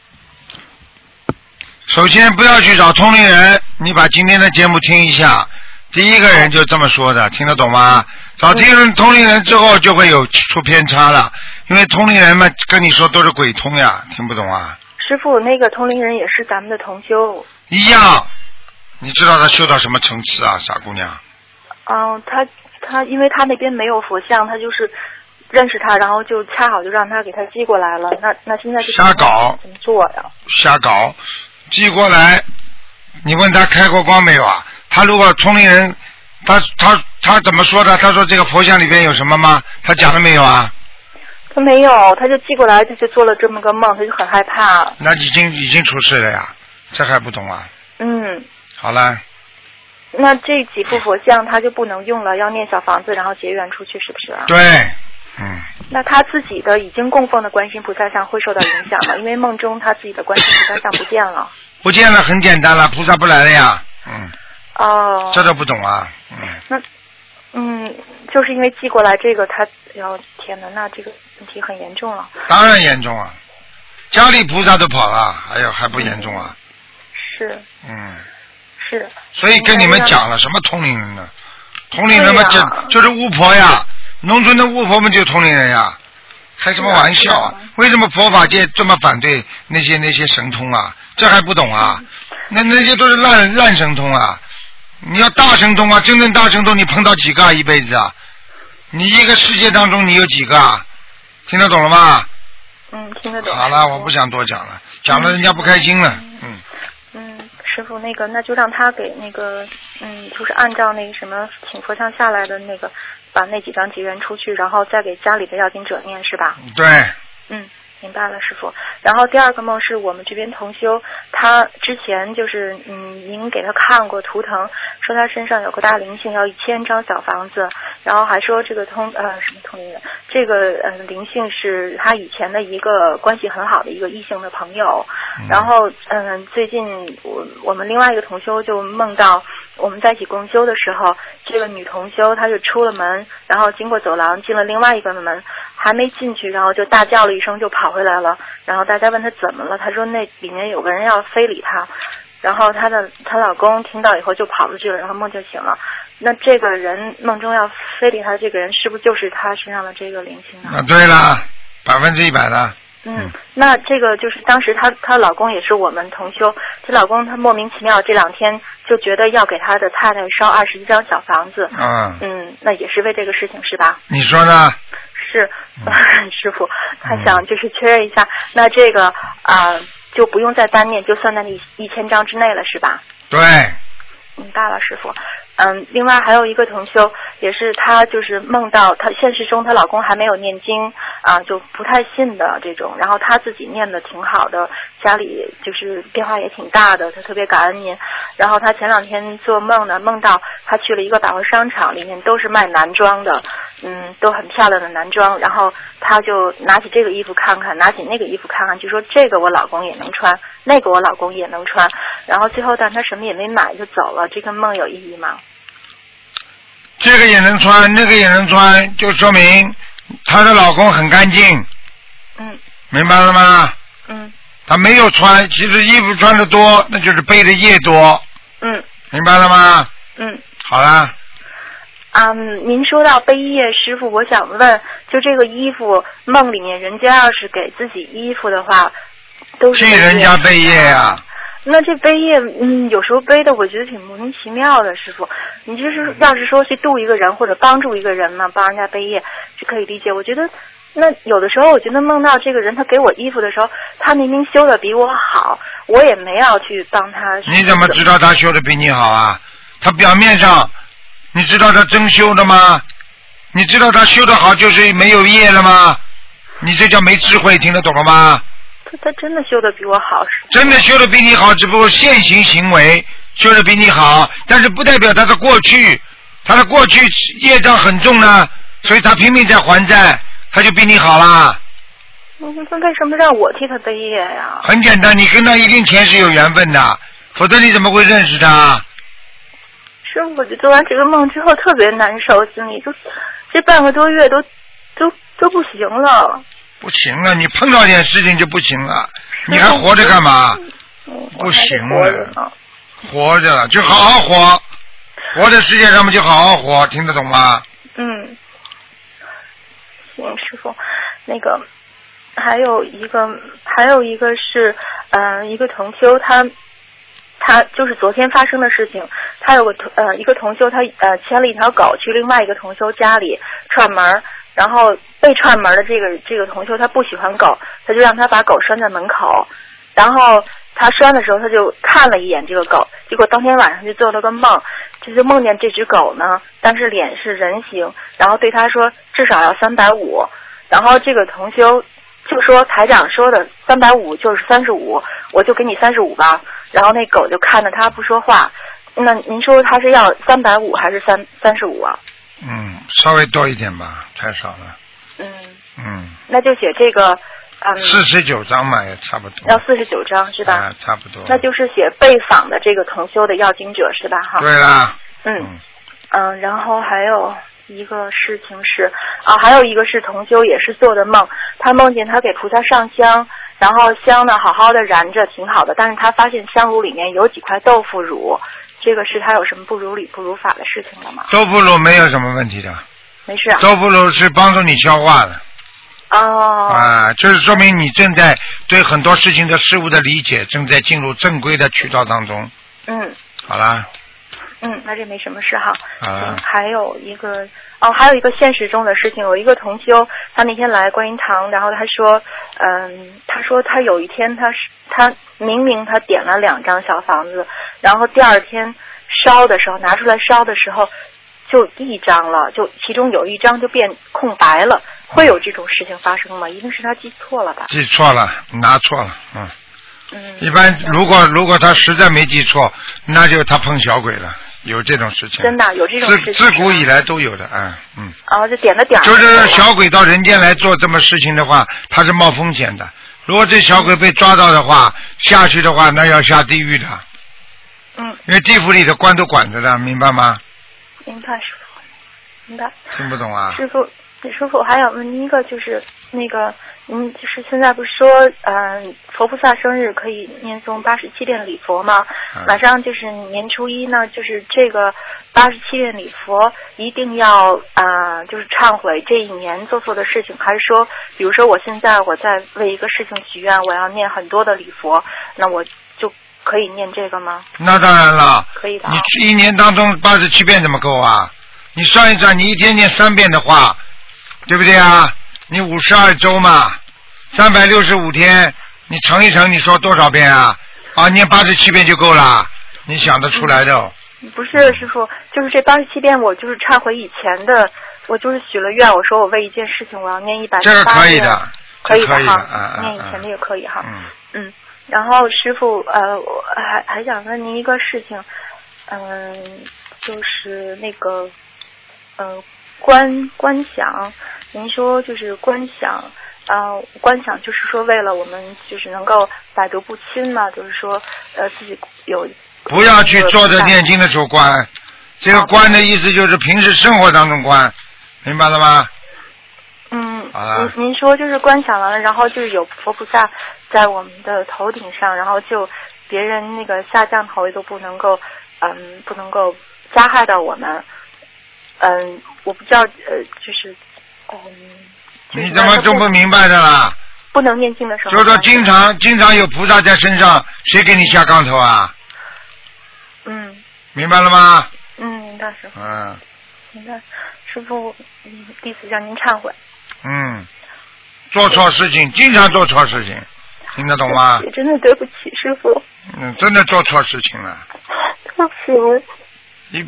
Speaker 1: 首先不要去找通灵人，你把今天的节目听一下。第一个人就这么说的，听得懂吗？找听通灵人之后就会有出偏差了，因为通灵人嘛跟你说都是鬼通呀，听不懂啊？
Speaker 5: 师傅，那个通灵人也是咱们的同修，
Speaker 1: 一样，你知道他修到什么层次啊，傻姑娘？
Speaker 5: 嗯、他他因为他那边没有佛像，他就是认识他，然后就恰好就让他给他寄过来了。那那现在这个
Speaker 1: 瞎搞
Speaker 5: 怎么做呀？
Speaker 1: 瞎搞，寄过来，你问他开过光没有啊？他如果通灵人，他他他怎么说的？他说这个佛像里边有什么吗？他讲了没有啊？
Speaker 5: 他没有，他就寄过来，他就做了这么个梦，他就很害怕。
Speaker 1: 那已经已经出事了呀，这还不懂啊？
Speaker 5: 嗯，
Speaker 1: 好了，
Speaker 5: 那这几副佛像他就不能用了，要念小房子，然后结缘出去，是不是啊？
Speaker 1: 对，嗯，
Speaker 5: 那他自己的已经供奉的观世音菩萨像会受到影响吗？因为梦中他自己的观世音菩萨像不见了。
Speaker 1: 不见了，很简单了，菩萨不来了呀，嗯，
Speaker 5: 哦，
Speaker 1: 这都不懂啊，嗯，
Speaker 5: 嗯，就是因为寄过来这个，他，然后天哪，那这个问题很严重了。
Speaker 1: 当然严重啊，家里菩萨都跑了，还有还不严重啊，
Speaker 5: 是
Speaker 1: 嗯，
Speaker 5: 是，
Speaker 1: 所以跟你们讲了什么同龄人呢？同龄人嘛，
Speaker 5: 对
Speaker 1: 就
Speaker 5: 呀
Speaker 1: 就是巫婆呀，农村的巫婆们就同龄人呀，开什么玩笑啊
Speaker 5: 是啊？
Speaker 1: 为什么佛法界这么反对那些那些神通啊？这还不懂
Speaker 5: 嗯
Speaker 1: 啊？那那些都是烂烂神通啊！你要大神通啊，真正大神通你碰到几个啊？一辈子啊？你一个世界当中你有几个啊？听得懂了吗？
Speaker 5: 嗯，听得懂。
Speaker 1: 好了，我不想多讲了，讲了人家不开心了。嗯，
Speaker 5: 嗯，师傅，那个那就让他给那个，嗯，就是按照那个什么请佛像下来的那个，把那几张结缘出去，然后再给家里的要经者念，是吧？
Speaker 1: 对，
Speaker 5: 嗯，明白了，师傅。然后第二个梦是我们这边同修，他之前就是嗯，您给他看过图腾，说他身上有个大灵性，要一千张小房子，然后还说这个通呃什么通灵人，这个呃灵性是他以前的一个关系很好的一个异性的朋友，然后嗯、最近我我们另外一个同修就梦到呃我们在一起共修的时候，这个女同修她就出了门，然后经过走廊进了另外一个门，还没进去，然后就大叫了一声就跑回来了，然后大家问她怎么了，她说那里面有个人要非礼她。然后她的她老公听到以后就跑出去了，然后梦就醒了。那这个人梦中要非礼她的这个人，是不是就是她身上的这个灵性呢？
Speaker 1: 啊对了，百分之一百了。
Speaker 5: 嗯，那这个就是当时她她老公也是我们同修，她老公他莫名其妙这两天就觉得要给他的太太烧二十一张小房子，
Speaker 1: 嗯，
Speaker 5: 嗯，那也是为这个事情是吧？
Speaker 1: 你说呢？
Speaker 5: 是， 师傅，他想就是确认一下，那这个啊、呃就不用再单念，就算在那一一千张之内了是吧？
Speaker 1: 对，
Speaker 5: 明白了，师傅。嗯，另外还有一个同修，也是她就是梦到她现实中她老公还没有念经啊，就不太信的这种，然后她自己念的挺好的，家里就是变化也挺大的，她特别感恩您。然后她前两天做梦呢，梦到她去了一个百货商场，里面都是卖男装的，嗯，都很漂亮的男装。然后她就拿起这个衣服看看，拿起那个衣服看看，就说这个我老公也能穿，那个我老公也能穿。然后最后，但她什么也没买就走了。这个梦有意义吗？
Speaker 1: 这个也能穿，那个也能穿，就说明她的老公很干净，
Speaker 5: 嗯
Speaker 1: 明白了吗？
Speaker 5: 嗯
Speaker 1: 她没有穿，其实衣服穿的多，那就是背的业多，
Speaker 5: 嗯
Speaker 1: 明白了吗？
Speaker 5: 嗯。
Speaker 1: 好啦，
Speaker 5: 啊、嗯，您说到背业师傅，我想问，就这个衣服，梦里面人家要是给自己衣服的话，都是
Speaker 1: 替人家
Speaker 5: 背
Speaker 1: 背业啊呀、
Speaker 5: 那这背业，嗯，有时候背的我觉得挺莫名其妙的，师傅。你
Speaker 1: 嗯
Speaker 5: 就是要是说去度一个人或者帮助一个人嘛，帮人家背业是可以理解。我觉得那有的时候，我觉得梦到这个人他给我衣服的时候，他明明修的比我好，我也没要去帮他。
Speaker 1: 你怎么知？道她修的比你好啊？她表面上，你知道她真修的吗？你知道她修的好就是没有业了吗？你这叫没智慧，听得懂了吗？
Speaker 5: 他他真的修的比我好，是
Speaker 1: 真的修的比你好，只不过现行行为修的比你好，但是不代表他的过去，他的过去业障很重呢，所以他拼命在还债，他就比你好啦。
Speaker 5: 嗯那为什么让我替他背业呀？
Speaker 1: 很简单，你跟他一定前世有缘分的，否则你怎么会认识他？
Speaker 5: 师傅，我就做完这个梦之后特别难受，心里就这半个多月都都都不行了。
Speaker 1: 不行了，你碰到点事情就不行了，你还活着干嘛？
Speaker 5: 嗯，
Speaker 1: 不行了
Speaker 5: 我还得活着呢
Speaker 1: 活着了就好好活，活在世界上面就好好活，听得懂吗？
Speaker 5: 嗯，行，师傅，那个还有一个，还有一个是，呃，一个同修他。他就是昨天发生的事情，他有个同呃一个同修，他呃牵了一条狗去另外一个同修家里串门儿，然后被串门儿的这个这个同修他不喜欢狗，他就让他把狗拴在门口，然后他拴的时候，他就看了一眼这个狗，结果当天晚上就做了个梦，这就梦见这只狗呢，但是脸是人形，然后对他说至少要三百五，然后这个同修就说台长说的三百五就是三十五，我就给你三十五吧。然后那狗就看着他不说话。那您说他是要三百五还是三三十五啊？
Speaker 1: 嗯，稍微多一点吧，太少了。
Speaker 5: 嗯，
Speaker 1: 嗯，
Speaker 5: 那就写这个，嗯，
Speaker 1: 四十九张嘛，也差不多。
Speaker 5: 要四十九张是吧？
Speaker 1: 啊，差不多。
Speaker 5: 那就是写被访的这个同修的要经者是吧？哈，
Speaker 1: 对啦。
Speaker 5: 嗯，嗯，然后还有一个事情是啊，还有一个是同修也是做的梦，他梦见他给菩萨上香，然后香呢好好的燃着，挺好的，但是他发现香炉里面有几块豆腐乳，这个是他有什么不如理不如法的事情了吗？
Speaker 1: 豆腐乳没有什么问题的，
Speaker 5: 没事啊。
Speaker 1: 豆腐乳是帮助你消化的。
Speaker 5: 哦，
Speaker 1: 啊，就是说明你正在对很多事情的事物的理解正在进入正规的渠道当中。
Speaker 5: 嗯
Speaker 1: 好啦，
Speaker 5: 嗯，那这没什么事哈。
Speaker 1: 好啊啦
Speaker 5: 嗯，，还有一个哦，还有一个现实中的事情，有一个同修，他那天来观音堂，然后他说，嗯，他说他有一天他是他明明他点了两张小房子，然后第二天烧的时候拿出来烧的时候就一张了，就其中有一张就变空白了，会有这种事情发生吗？一定是他记错了吧？
Speaker 1: 记错了，拿错了，嗯。
Speaker 5: 嗯，
Speaker 1: 一般如果如果他实在没记错，那就他碰小鬼了，有这种事情。
Speaker 5: 真的有这种事
Speaker 1: 自
Speaker 5: 情
Speaker 1: 自古以来都有的啊，嗯，
Speaker 5: 啊，就点了点儿
Speaker 1: 就是小鬼到人间来做这么事情的话，他是冒风险的。如果这小鬼被抓到的话，下去的话，那要下地狱的，
Speaker 5: 嗯，
Speaker 1: 因为地府里的官都管着的，明白吗？
Speaker 5: 明白师傅，明白。
Speaker 1: 听不懂啊？
Speaker 5: 师傅，师傅，我还想问您一个，就是那个，嗯，就是现在不是说，嗯、佛菩萨生日可以念诵八十七遍礼佛吗？
Speaker 1: 嗯
Speaker 5: 马上就是年初一呢，就是这个八十七遍礼佛一定要啊、呃就是忏悔这一年做错的事情，还是说，比如说我现在我在为一个事情许愿，我要念很多的礼佛，那我就可以念这个吗？
Speaker 1: 那当然了，
Speaker 5: 可以的啊
Speaker 1: 你。去一年当中八十七遍怎么够啊？你算一算，你一天念三遍的话，对不对啊？你五十二周嘛，三百六十五天，你乘一乘，你说多少遍啊？啊，念八十七遍就够了，你想得出来的哦。
Speaker 5: 不是师傅，就是这八十七遍，我就是忏悔以前的，我就是许了愿，我说我为一件事情我要念一百
Speaker 1: 这
Speaker 5: 零
Speaker 1: 个
Speaker 5: 八
Speaker 1: 可以
Speaker 5: 遍，
Speaker 1: 的，
Speaker 5: 可以
Speaker 1: 这可以的，
Speaker 5: 哈，
Speaker 1: 啊啊
Speaker 5: 念以前的也可以哈。
Speaker 1: 嗯，
Speaker 5: 嗯，然后师傅，呃，我还还想问您一个事情，嗯、就是那个，呃，观观想，您说就是观想，呃，观想就是说为了我们就是能够百毒不侵嘛，就是说呃自己有
Speaker 1: 不要去坐着
Speaker 5: 有
Speaker 1: 念经的时候关，这个关的意思就是平时生活当中关，明白了吗？
Speaker 5: 嗯
Speaker 1: 好了，
Speaker 5: 您您说就是观想完了，然后就是有佛菩萨在我们的头顶上，然后就别人那个下降头都不能够，嗯，不能够加害到我们。嗯，我不知道，呃，就是，嗯，就是
Speaker 1: 你怎么这么
Speaker 5: 不
Speaker 1: 明白的啦？
Speaker 5: 不能念经的时候？
Speaker 1: 就是说，经
Speaker 5: 常，
Speaker 1: 常经常有菩萨在身上，谁给你下杠头啊？
Speaker 5: 嗯
Speaker 1: 明白了吗？
Speaker 5: 嗯，明白师傅，
Speaker 1: 嗯
Speaker 5: 明白师傅，嗯，弟子向您忏悔，
Speaker 1: 嗯，做错事情，经常做错事情，听得懂吗？
Speaker 5: 也真的对不起师傅，
Speaker 1: 嗯，真的做错事情了。
Speaker 5: 对不起我，
Speaker 1: 你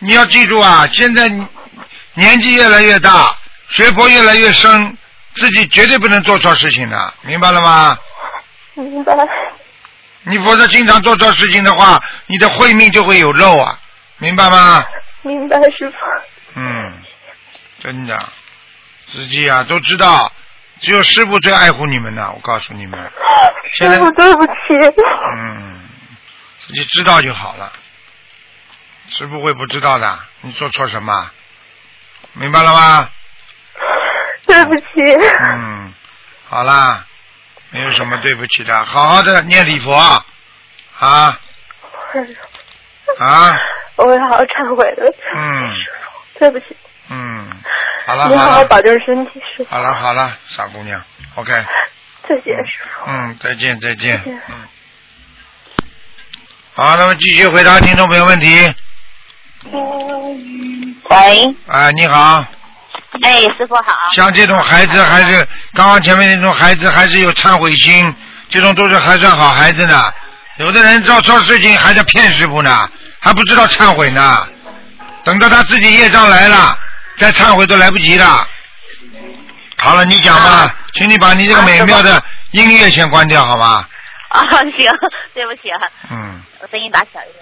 Speaker 1: 你要记住啊，现在你年纪越来越大，学佛越来越深，自己绝对不能做错事情的，明白了吗？
Speaker 5: 明白，
Speaker 1: 你否则经常做错事情的话，你的慧命就会有漏啊，明白吗？
Speaker 5: 明白师傅，
Speaker 1: 嗯，真的，司机啊都知道，只有师傅最爱护你们的，我告诉你们。现在
Speaker 5: 师傅对不起。
Speaker 1: 嗯，自己知道就好了。师傅会不知道的，你做错什么？明白了吗？
Speaker 5: 对不起，
Speaker 1: 嗯，好啦，没有什么对不起的，好好的念礼佛啊 啊啊，
Speaker 5: 我会好好忏悔的。
Speaker 1: 嗯
Speaker 5: 对不起，
Speaker 1: 嗯，好了
Speaker 5: 您好
Speaker 1: 好
Speaker 5: 好
Speaker 1: 了
Speaker 5: 保重身体，师傅。
Speaker 1: 好了好了，傻姑娘，OK。
Speaker 5: 再见，师傅。
Speaker 1: 嗯，再见，再见。
Speaker 5: 见
Speaker 1: 嗯。好，那么继续回答听众朋友问题。
Speaker 7: 喂，
Speaker 1: 啊，你好，
Speaker 7: 哎，师傅好。嗯
Speaker 1: 像这种孩子还是刚刚前面那种孩子，还是有忏悔心，这种都是还算好孩子呢。有的人做错事情还在骗师傅呢，还不知道忏悔呢。等到他自己业障来了，再忏悔都来不及了。
Speaker 7: 啊
Speaker 1: 好了，你讲吧，请你把你这个美妙的音乐先关掉，好吗？
Speaker 7: 啊，行，对不起啊，
Speaker 1: 嗯，
Speaker 7: 我声音打小一点。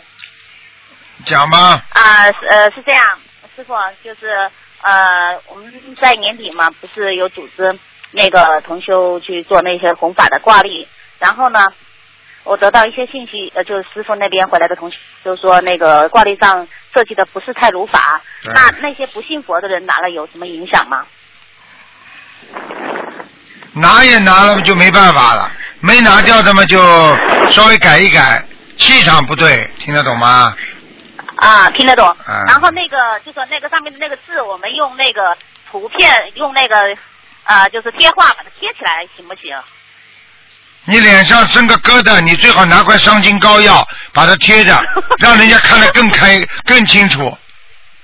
Speaker 1: 讲吧，
Speaker 7: 啊，是呃，是这样，师傅就是呃，我们在年底嘛，不是有组织那个同修去做那些弘法的挂历，然后呢，我得到一些信息，呃，就是师傅那边回来的同学就说那个挂历上设计的不是太如法，
Speaker 1: 对
Speaker 7: 那那些不信佛的人拿了有什么影响吗？
Speaker 1: 拿也拿了就没办法了，没拿掉的嘛就稍微改一改，气场不对，听得懂吗？
Speaker 7: 啊，听得懂。
Speaker 1: 嗯
Speaker 7: 然后那个就说那个上面的那个字，我们用那个图片，用那个呃，就是贴画把它贴起来，行不行？
Speaker 1: 你脸上生个疙瘩，你最好拿块伤筋膏药把它贴着，让人家看得更开、更清楚。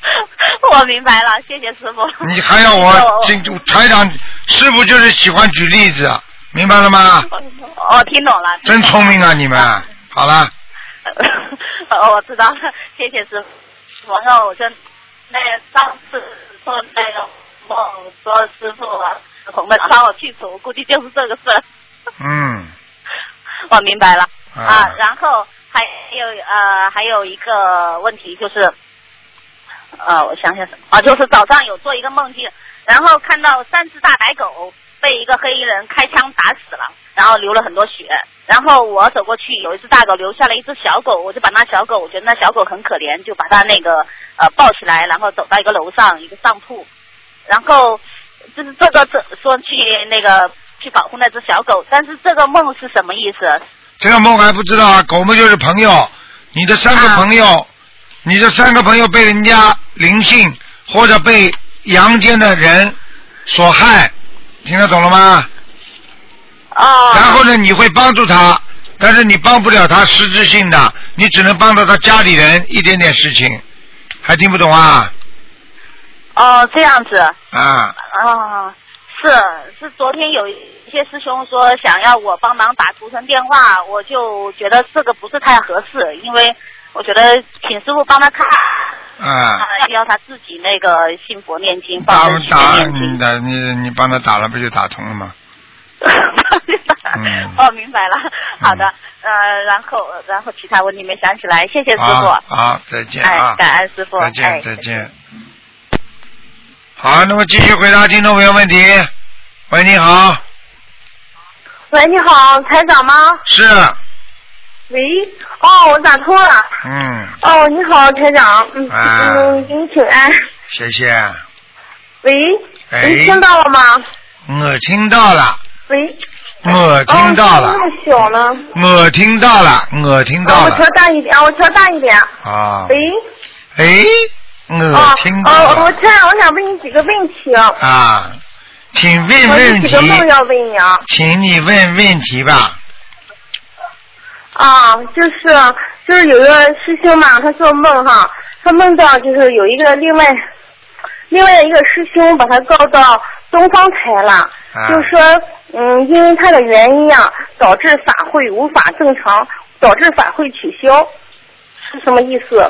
Speaker 7: 我明白了，谢谢师傅。
Speaker 1: 你还要
Speaker 7: 哦
Speaker 1: 我进台长师傅就是喜欢举例子，啊明白了吗？
Speaker 7: 我我听懂了。
Speaker 1: 真聪明啊你们！好了，
Speaker 7: 呃，我知道了，谢谢师傅。然后我就那上次做那个梦，说师傅啊，红的让我去除，估计就是这个事儿。
Speaker 1: 嗯，
Speaker 7: 我明白了
Speaker 1: 啊
Speaker 7: 啊，然后还有呃还有一个问题就是，呃，我想想什么啊，就是早上有做一个梦境，然后看到三只大白狗被一个黑衣人开枪打死了，然后流了很多血，然后我走过去，有一只大狗留下了一只小狗，我就把那小狗，我觉得那小狗很可怜，就把它那个呃抱起来，然后走到一个楼上一个上铺，然后就是这个这说去那个去保护那只小狗，但是这个梦是什么意思？
Speaker 1: 这个梦还不知道啊，狗们就是朋友，你的三个朋友，
Speaker 7: 啊
Speaker 1: 你的三个朋友被人家灵性或者被阳间的人所害，听得懂了吗？
Speaker 7: 哦，
Speaker 1: 然后呢，你会帮助他，但是你帮不了他实质性的，你只能帮到他家里人一点点事情，还听不懂啊？
Speaker 7: 哦，这样子
Speaker 1: 啊，
Speaker 7: 哦，是是，昨天有一些师兄说想要我帮忙打图腾电话，我就觉得这个不是太合适，因为我觉得请师傅帮他看，
Speaker 1: 啊，
Speaker 7: 需要他自己那个信佛念经，
Speaker 1: 打
Speaker 7: 放生许愿
Speaker 1: 打
Speaker 7: 念经
Speaker 1: 你。 的你你帮他打了不就打通了吗？嗯
Speaker 7: 哦，明白了，好的，
Speaker 1: 嗯
Speaker 7: 呃，然后然后其他问题没想起来，谢谢师傅。
Speaker 1: 啊，好，再见啊
Speaker 7: 哎，，感恩师傅，
Speaker 5: 哦
Speaker 1: 再
Speaker 7: 哎
Speaker 1: 见，再见。好，那么继续回答听众朋友问题。喂，你好，
Speaker 5: 喂，你好，台长吗？
Speaker 1: 是，
Speaker 5: 喂，哦，我打通了。
Speaker 1: 嗯，
Speaker 5: 哦，你好，台长，嗯，
Speaker 1: 啊
Speaker 5: 嗯，给你请安。
Speaker 1: 谢谢，
Speaker 5: 喂，
Speaker 1: 哎
Speaker 5: 你听到了吗？
Speaker 1: 我听到了，
Speaker 5: 喂，
Speaker 1: 我听到了
Speaker 5: 哦，，太小哦了，
Speaker 1: 我听到了，我听
Speaker 5: 哦
Speaker 1: 到
Speaker 5: 我
Speaker 1: 了
Speaker 5: 调，大一点，啊我调大一点。
Speaker 1: 啊，
Speaker 5: 喂，
Speaker 1: 哎，
Speaker 5: 哦
Speaker 1: 我听，到
Speaker 5: 哦，我
Speaker 1: 了，
Speaker 5: 台长，我想问你几个问题，
Speaker 1: 啊，请问
Speaker 5: 我
Speaker 1: 问
Speaker 5: 有几
Speaker 1: 题
Speaker 5: 个，梦要问你啊。
Speaker 1: 请你问问题吧，
Speaker 5: 啊，就是就是有个师兄嘛，他做梦哈，他梦到就是有一个另外另外一个师兄把他告到东方台了，
Speaker 1: 啊
Speaker 5: 就说嗯，因为他的原因啊，导致法会无法正常，导致法会取消，是什么意思？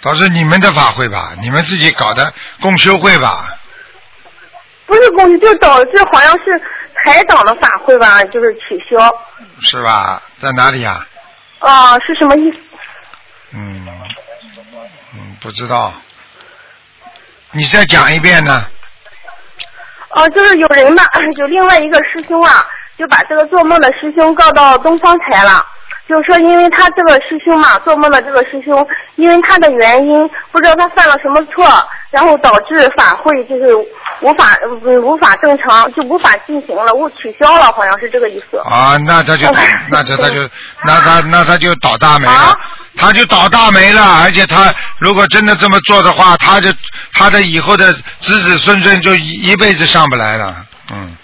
Speaker 1: 倒是你们的法会吧，你们自己搞的共修会吧，
Speaker 5: 不是公，就导致好像是台长的法会吧，就是取消。
Speaker 1: 是吧？在哪里呀、
Speaker 5: 啊，是什么意思？
Speaker 1: 嗯，嗯，不知道。你再讲一遍呢？
Speaker 5: 哦，就是有人吧， 有另外一个师兄啊，就把这个做梦的师兄告到东方台了。就是说，因为他这个师兄嘛，做梦的这个师兄，因为他的原因，不知道他犯了什么错，然后导致法会就是无法呃不是无法正常，就无法进行了，误取消了，好像是这个意思。
Speaker 1: 啊，那他就倒，那他他就，那他那他就倒大霉了
Speaker 5: 啊，
Speaker 1: 他就倒大霉了。而且他如果真的这么做的话，他就他的以后的子子孙孙就一一辈子上不来了。嗯，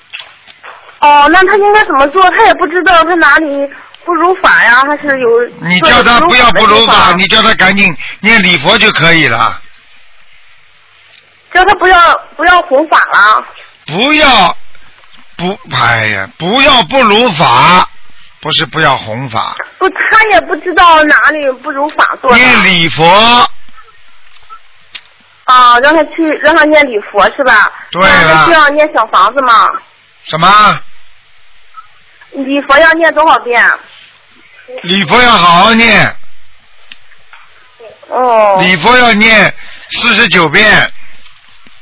Speaker 5: 哦，那他应该怎么做？他也不知道他哪里不如法呀，还是有
Speaker 1: 你叫他不要不如法，
Speaker 5: 法，
Speaker 1: 你叫他赶紧念礼佛就可以了，
Speaker 5: 叫他不要不要弘法了。
Speaker 1: 不要不哎呀，不要不如法，不是不要弘法。
Speaker 5: 不，他也不知道哪里不如法做的
Speaker 1: 念礼佛，
Speaker 5: 啊，让他去让他念礼佛是吧？
Speaker 1: 对
Speaker 5: 那他
Speaker 1: 了
Speaker 5: 需要念小房子吗？
Speaker 1: 什么？
Speaker 5: 礼佛要念多少遍？
Speaker 1: 礼佛要好好念，
Speaker 5: 哦
Speaker 1: 礼佛要念四十九遍，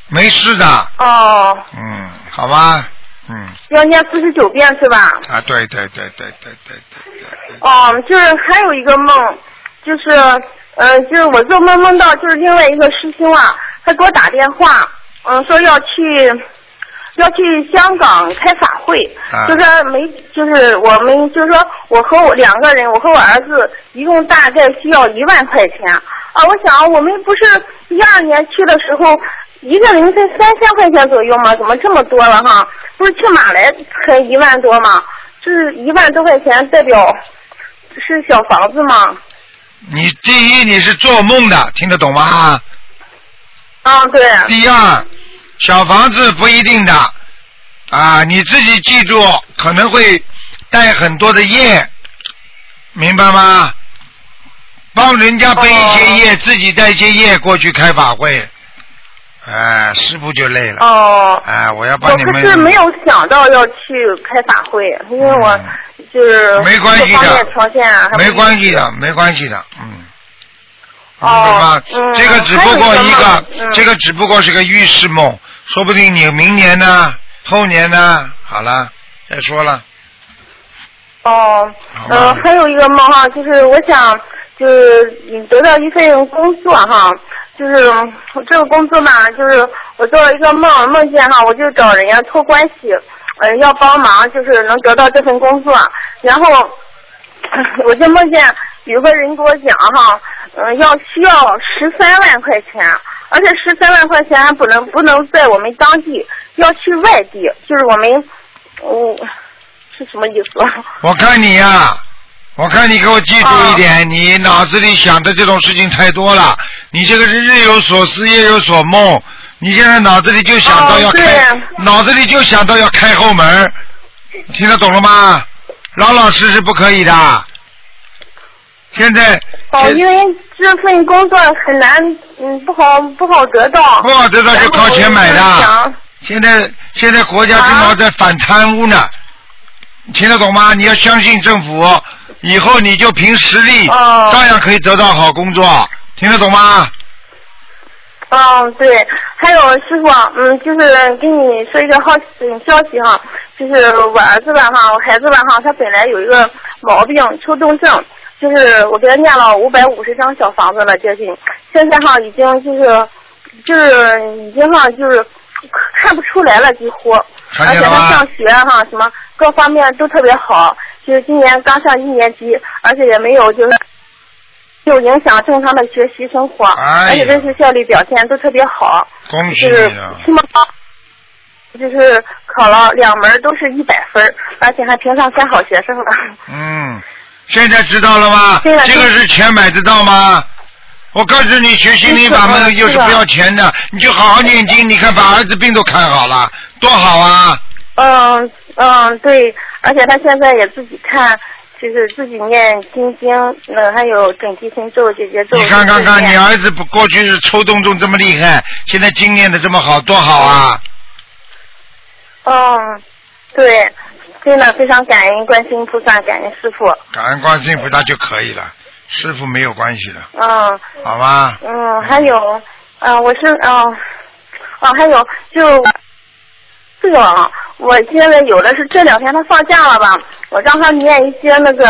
Speaker 1: 没事的，
Speaker 5: 哦，
Speaker 1: 嗯，好吧，嗯，
Speaker 5: 要念四十九遍是吧？
Speaker 1: 啊，对对对对对对对对，
Speaker 5: 哦，就是还有一个梦，就是呃，就是我做梦梦到就是另外一个师兄啊，他给我打电话，嗯、说要去要去香港开法会，
Speaker 1: 啊
Speaker 5: 就说没就是我们就是说我和我两个人，我和我儿子一共大概需要一万块钱啊，我想我们不是一二年去的时候。一个人才三千块钱左右吗？怎么这么多了哈？不是去马来才一万多吗？就是一万多块钱代表是小房子吗？
Speaker 1: 你第一你是做梦的，听得懂吗？
Speaker 5: 啊，对，
Speaker 1: 第二，小房子不一定的，啊，你自己记住，可能会带很多的业，明白吗？帮人家背一些
Speaker 5: 哦
Speaker 1: 业，自己带一些业过去开法会，哎、师傅就累了，
Speaker 5: 哦，
Speaker 1: 哎、我要
Speaker 5: 我
Speaker 1: 帮你
Speaker 5: 可
Speaker 1: 们。
Speaker 5: 是没有想到要去开法会，因为我就是
Speaker 1: 嗯没关系
Speaker 5: 各方面
Speaker 1: 的
Speaker 5: 条件啊，还不
Speaker 1: 没关系的，没关系的，嗯。
Speaker 5: 哦
Speaker 1: 明白吗？
Speaker 5: 嗯
Speaker 1: 这个只不过一个
Speaker 5: 还有一个梦嗯，
Speaker 1: 这个只不过是个预示梦，说不定你明年呢，后年呢，好了，再说了，
Speaker 5: 哦，
Speaker 1: 好
Speaker 5: 呃
Speaker 1: 吧，？
Speaker 5: 还有一个梦哈，就是我想就是你得到一份工作哈，就是嗯这个工作吧，就是我做了一个梦，梦见哈，我就找人家托关系，呃，要帮忙，就是能得到这份工作，然后 我就梦见有个人给我讲哈，嗯、要需要十三万块钱。而且十三万块钱还不能不能在我们当地，要去外地，就是我们，我、是什么意思？啊
Speaker 1: 我看你呀、我看你给我记住一
Speaker 5: 啊
Speaker 1: 点，你脑子里想的这种事情太多了，你这个是日有所思夜有所梦，你现在脑子里就想到要
Speaker 5: 哦
Speaker 1: 开，
Speaker 5: 对
Speaker 1: 脑子里就想到要开后门，听得懂了吗？老老实实不可以的。现在
Speaker 5: 哦，
Speaker 1: 现
Speaker 5: 因为这份工作很难，嗯，不好不好得到。
Speaker 1: 不好得到就靠钱买的
Speaker 5: 然后我就想
Speaker 1: 现在现在国家正好在反贪污呢，你听得懂吗？你要相信政府，以后你就凭实力，
Speaker 5: 哦
Speaker 1: 照样可以得到好工作，听得懂吗？
Speaker 5: 嗯，对，还有师傅，嗯，就是跟你说一个好嗯消息哈，就是我儿子吧哈，我孩子吧哈，他本来有一个毛病，抽动症，就是我给他念了五百五十张小房子了，接近，现在哈已经就是就是已经哈就是看不出来了，几乎，
Speaker 1: 看
Speaker 5: 而
Speaker 1: 见
Speaker 5: 且
Speaker 1: 了吗
Speaker 5: 他上学哈什么各方面都特别好，就是今年刚上一年级，而且也没有就是。没有影响正常的学习生活，
Speaker 1: 哎呀
Speaker 5: 而且真是效率表现都特别好，
Speaker 1: 恭喜
Speaker 5: 就
Speaker 1: 你
Speaker 5: 是
Speaker 1: 啊！
Speaker 5: 期末考，就是考了两门都是一百分儿，而且还评上三好学生了。
Speaker 1: 嗯，现在知道了吗？
Speaker 5: 对了
Speaker 1: 这个是钱买得到吗？我告诉你，学心灵法门又是不要钱的，你就好好念经，你看把儿子病都看好了，多好啊！
Speaker 5: 嗯嗯，对，而且他现在也自己看，就是自己念心经，嗯，还有准提神咒、姐姐咒。
Speaker 1: 你看看看，
Speaker 5: 自己
Speaker 1: 你
Speaker 5: 念
Speaker 1: 儿子不过去是抽动症这么厉害，现在经念的这么好，多好啊！
Speaker 5: 嗯，对，真的非常感恩观世音菩萨，感恩师傅。
Speaker 1: 感恩观世音菩萨就可以了，师傅没有关系的，
Speaker 5: 嗯。
Speaker 1: 好吗？
Speaker 5: 嗯，还有，呃，我是，嗯、哦、还有就这个啊，我现在有的是这两天他放假了吧，我让他念一些那个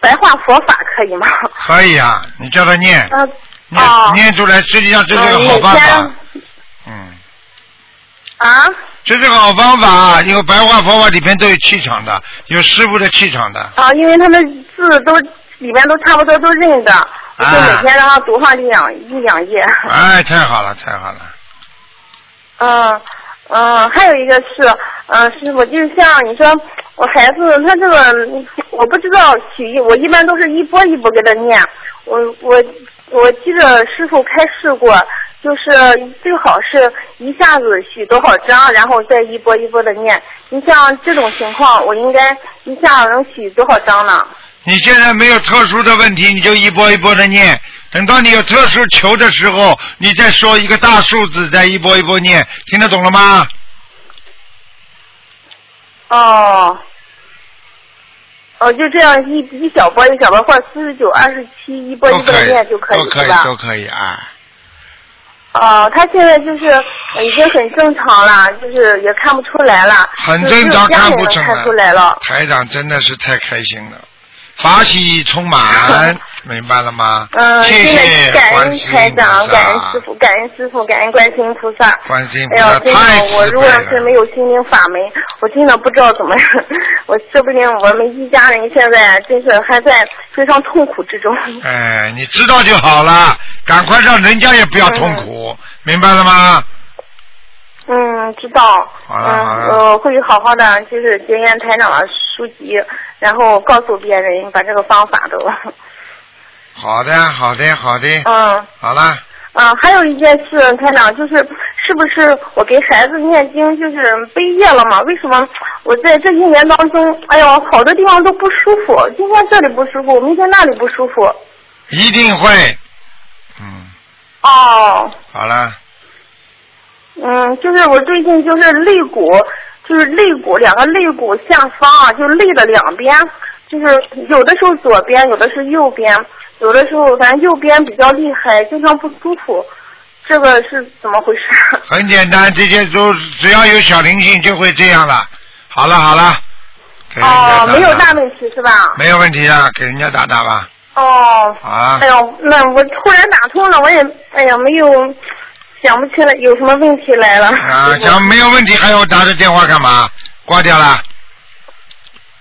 Speaker 5: 白话佛法可以吗？
Speaker 1: 可以啊，你叫他念，
Speaker 5: 嗯、
Speaker 1: 念、
Speaker 5: 哦
Speaker 1: 念出来，实际上这是
Speaker 5: 嗯
Speaker 1: 个好
Speaker 5: 每
Speaker 1: 办
Speaker 5: 天
Speaker 1: 法。嗯，
Speaker 5: 啊，
Speaker 1: 这是个好方法，啊因为白话佛法里边都有气场的，有师傅的气场的。
Speaker 5: 啊，因为他们字都里面都差不多都认得，我就每天让他读上一两一两页。
Speaker 1: 哎，太好了，太好了。
Speaker 5: 嗯，嗯，还有一个是，嗯，师傅，就是像你说，我孩子他这个，我不知道取一，我一般都是一波一波给他念。我我我记得师傅开示过，就是最好是一下子许多少张，然后再一波一波的念。你像这种情况，我应该一下能许多少张呢？
Speaker 1: 你现在没有特殊的问题，你就一波一波的念。等到你有特殊求的时候，你再说一个大数字，再一波一波念，听得懂了吗？
Speaker 5: 哦，哦，就这样一一小波一小波，或者四十九、二十七一波
Speaker 1: 都
Speaker 5: 一波
Speaker 1: 可
Speaker 5: 的
Speaker 1: 以
Speaker 5: 念就，可以
Speaker 1: 都可
Speaker 5: 是
Speaker 1: 以，
Speaker 5: 吧？
Speaker 1: 都可以啊。
Speaker 5: 哦，他现在就是已经很正常了，就是也看不出来了，
Speaker 1: 很
Speaker 5: 就
Speaker 1: 正
Speaker 5: 只有
Speaker 1: 常，
Speaker 5: 家
Speaker 1: 看
Speaker 5: 里
Speaker 1: 不
Speaker 5: 能
Speaker 1: 出
Speaker 5: 看出来了。
Speaker 1: 台长真的是太开心了，法喜充 满，明白了吗？
Speaker 5: 嗯，
Speaker 1: 谢
Speaker 5: 真
Speaker 1: 谢
Speaker 5: 的感
Speaker 1: 观
Speaker 5: 恩
Speaker 1: 世
Speaker 5: 台
Speaker 1: 音菩
Speaker 5: 长，感恩师
Speaker 1: 萨，
Speaker 5: 傅，感恩师傅，感恩观世音菩萨。
Speaker 1: 观世音菩
Speaker 5: 哎呀
Speaker 1: 萨，
Speaker 5: 真
Speaker 1: 太
Speaker 5: 的，我
Speaker 1: 慈
Speaker 5: 如
Speaker 1: 悲
Speaker 5: 果要是
Speaker 1: 了。
Speaker 5: 没有心灵法门，我真的不知道怎么， 我说不定我们一家人现在真是还在非常痛苦之中。
Speaker 1: 哎，你知道就好了，赶快让人家也不要痛苦，明白了吗？
Speaker 5: 嗯，知道。
Speaker 1: 好了好
Speaker 5: 嗯，
Speaker 1: 了
Speaker 5: 我会好好的，就是检验台长的书籍，然后告诉别人，把这个方法都。
Speaker 1: 好的，好的，好的，
Speaker 5: 嗯
Speaker 1: 好了，
Speaker 5: 嗯，还有一件事，台长，就是是不是我给孩子念经就是背业了嘛？为什么我在这些年当中，哎呀，好多地方都不舒服，今天这里不舒服，明天那里不舒服。
Speaker 1: 一定会，嗯
Speaker 5: 哦，
Speaker 1: 好了，
Speaker 5: 嗯，就是我最近就是肋骨，就是肋骨两个肋骨下方啊，就肋的两边，就是有的时候左边，有的是右边，有的时候反正右边比较厉害，经常不舒服，这个是怎么回事？
Speaker 1: 很简单，这些都只要有小灵性就会这样了。好了，好了，给人家
Speaker 5: 哦，没有
Speaker 1: 打
Speaker 5: 大
Speaker 1: 打
Speaker 5: 问题是吧？
Speaker 1: 没有问题啊，给人家打打吧。
Speaker 5: 哦，
Speaker 1: 好啊
Speaker 5: 哎，呦，那我突然打通了，我也哎呀没有想不起来有什么问题来了。
Speaker 1: 啊，讲没有问题，还要打这电话干嘛？挂掉了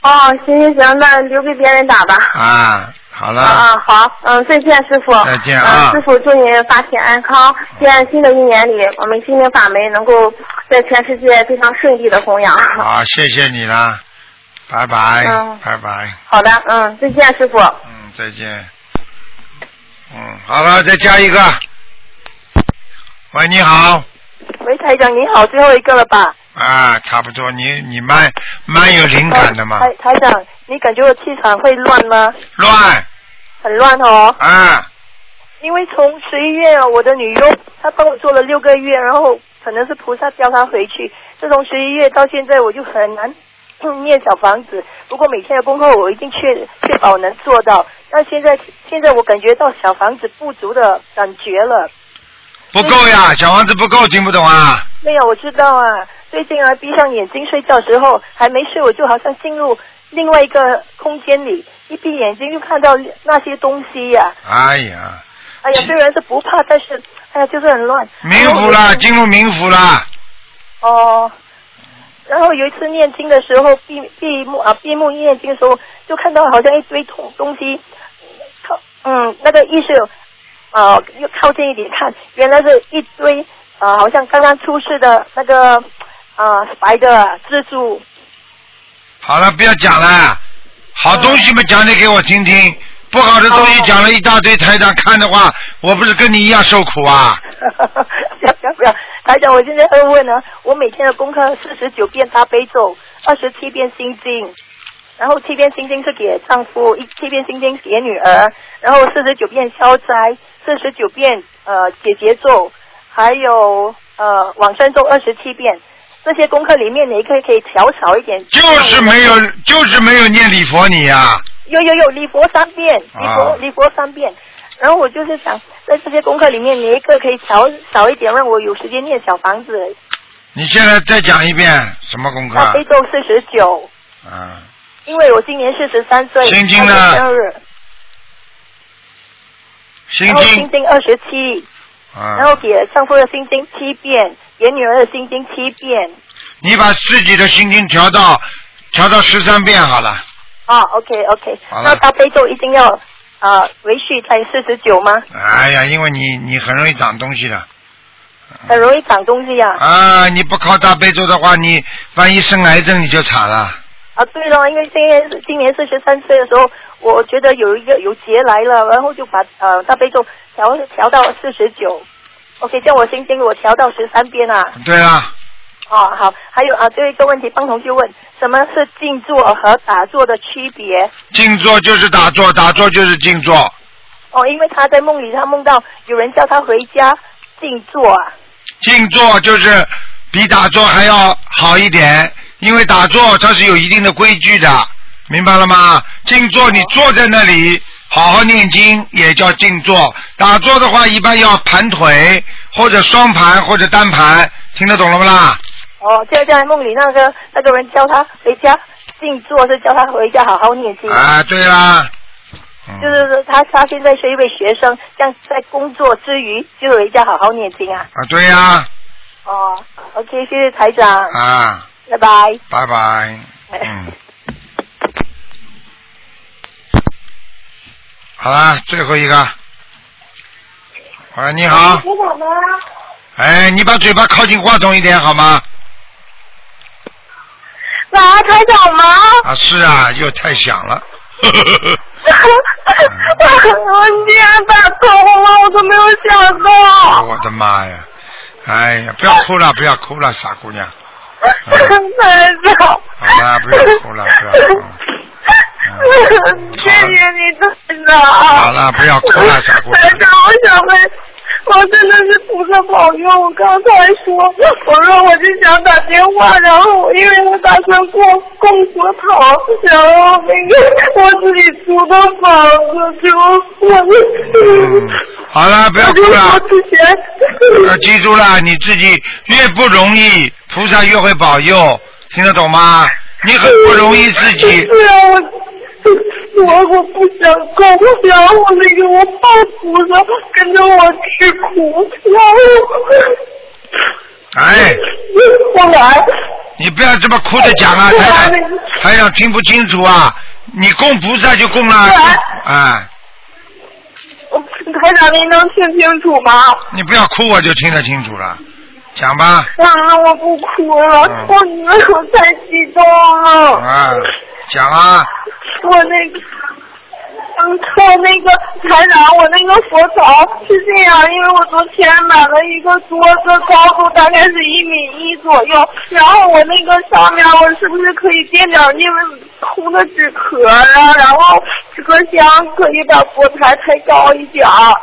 Speaker 5: 哦，行行行，那留给别人打吧。
Speaker 1: 啊，好了，
Speaker 5: 啊啊，好，嗯，再见，师傅。
Speaker 1: 再见啊
Speaker 5: 嗯师傅，祝您法体安康，愿新的一年里，我们心灵法门能够在全世界非常顺利的弘扬。
Speaker 1: 好，谢谢你啦，拜拜，
Speaker 5: 嗯
Speaker 1: 拜拜，
Speaker 5: 好的，嗯，再见，师傅。
Speaker 1: 嗯，再见。嗯，好了，再加一个。喂，你好，
Speaker 8: 喂，台长您好，最后一个了吧？
Speaker 1: 啊，差不多，你你蛮蛮有灵感的嘛，
Speaker 5: 哎
Speaker 8: 台台长，你感觉我气场会乱吗？
Speaker 1: 乱
Speaker 8: 很乱哦，
Speaker 1: 啊。
Speaker 8: 因为从十一月哦我的女佣她帮我做了六个月，然后可能是菩萨叫她回去，自从十一月到现在我就很难。嗯念小房子，不过每天的功课我一定确确保能做到。但现在现在我感觉到小房子不足的感觉了。
Speaker 1: 不够呀，小房子不够，听不懂啊？
Speaker 8: 没有，我知道啊。最近啊，闭上眼睛睡觉时候还没睡，我就好像进入另外一个空间里，一闭眼睛就看到那些东西呀、
Speaker 1: 哎呀，
Speaker 8: 哎呀，虽然是不怕，但是哎呀，就是很乱。
Speaker 1: 冥府
Speaker 5: 哎
Speaker 1: 啦，进入冥府啦，
Speaker 8: 哦。然后有一次念经的时候，闭闭目啊，闭目念经的时候，就看到好像一堆东东西，靠，嗯，那个意识，呃，又靠近一点看，原来是一堆呃，好像刚刚出世的那个呃白的蜘蛛。
Speaker 1: 好了，不要讲了，好东西嘛，讲的给我听听，不好的东西讲了一大堆，台长看的话，我不是跟你一样受苦啊？
Speaker 8: 不要不要不要！台长，我现在会问呢，我每天的功课四十九遍大悲咒，二十七遍心经，然后七遍心经是给丈夫，一七遍心经是给女儿，然后四十九遍消灾，四十九遍呃解结咒，还有呃往生咒二十七遍。这些功课里面哪一个可以调少一点？
Speaker 1: 就是没有，就是没有念礼佛你啊呀、
Speaker 8: 有有有，礼佛三遍，礼佛、
Speaker 1: 啊
Speaker 8: 礼佛三遍。然后我就是想，在这些功课里面，哪一个可以调少一点，让我有时间念小房子？
Speaker 1: 你现在再讲一遍什么功课？
Speaker 8: 大悲咒四十九，
Speaker 1: 啊，
Speaker 8: 因为我今年四十三岁，
Speaker 1: 心经呢
Speaker 8: 刚过生日，
Speaker 1: 心
Speaker 8: 然后心
Speaker 1: 经
Speaker 8: 经二十七，然
Speaker 1: 啊
Speaker 8: 后，给丈夫的心经七遍，给女儿的心经七遍。
Speaker 1: 你把自己的心经调到调到十三遍好了，
Speaker 8: 啊，OK OK，
Speaker 1: 好了
Speaker 8: 那大悲咒一定要啊维续在四十九吗？
Speaker 1: 哎呀，因为你你很容易长东西的。嗯
Speaker 8: 很容易长东西呀、啊。
Speaker 1: 啊，你不靠大悲咒的话，你万一生癌症你就惨了。
Speaker 8: 啊对了，因为今年是今年四十三岁的时候，我觉得有一个有劫来了，然后就把呃大悲咒调调到四十九。OK，叫我心经我调到十三遍啊。
Speaker 1: 对了，
Speaker 8: 哦，好，还有啊，最后一个问题，帮同学问，什么是静坐和打坐的区别？
Speaker 1: 静坐就是打坐，打坐就是静坐，
Speaker 8: 哦，因为他在梦里，他梦到有人叫他回家静坐啊。
Speaker 1: 静坐就是比打坐还要好一点，因为打坐它是有一定的规矩的，明白了吗？静坐，你坐在那里好好念经也叫静坐。打坐的话，一般要盘腿或者双盘或者单盘，听得懂了不啦？
Speaker 9: 哦，就在梦里那个那个人叫他回家静坐，是叫他回家好好念经。
Speaker 1: 啊，对啦，
Speaker 9: 嗯
Speaker 1: 嗯
Speaker 9: 就是说他他现在是一位学生，这样在工作之余就回家好好念经啊。
Speaker 1: 啊，对呀、
Speaker 9: 哦，OK，谢谢台长，
Speaker 1: 啊，啊，
Speaker 9: 拜拜。
Speaker 1: 拜拜。嗯。好啦，最后一个。喂，你好。
Speaker 8: 你怎么了？
Speaker 1: 哎，你把嘴巴靠近话筒一点好吗？
Speaker 8: 哪台长吗？
Speaker 1: 啊，是啊，又太响 了。嗯
Speaker 8: 我今天打通了，我都没有想到。
Speaker 1: 哎我的妈呀！哎呀，不要哭了，不要哭了，傻姑娘。嗯
Speaker 8: 台长，
Speaker 1: 好啦，不要哭了，不要哭了。
Speaker 8: 谢谢你，台长。好
Speaker 1: 嗯好了，不要哭了，傻姑娘
Speaker 8: 台。长，我想问，我真的是菩萨保佑。我刚才说，我说我就想打电话，然后我因为我打算过供佛堂，然后那个我自己租的房子，就我
Speaker 1: 嗯好了，不要哭了。要记住了，你自己越不容易，菩萨越会保佑，听得懂吗？你很不容易自己，
Speaker 8: 对啊，我我我不想搞，然后那个我爸菩萨跟着我吃苦，然后
Speaker 1: 哎，
Speaker 8: 我来，
Speaker 1: 你不要这么哭着讲啊，台长，台长听不清楚啊。你供菩萨就供了，啊，
Speaker 3: 嗯
Speaker 8: 台长您能听清楚吗？
Speaker 1: 你不要哭，我就听得清楚了。讲吧，嗯
Speaker 8: 啊，我不哭了，我我太激动了。
Speaker 1: 啊，讲啊，
Speaker 8: 我那个，嗯，我那个台长，我那个佛槽是这样，因为我昨天买了一个桌子，高度大概是一米一左右，然后我那个上面我是不是可以垫点儿那个空的纸壳啊，然后纸壳箱可以把佛台抬高一点儿。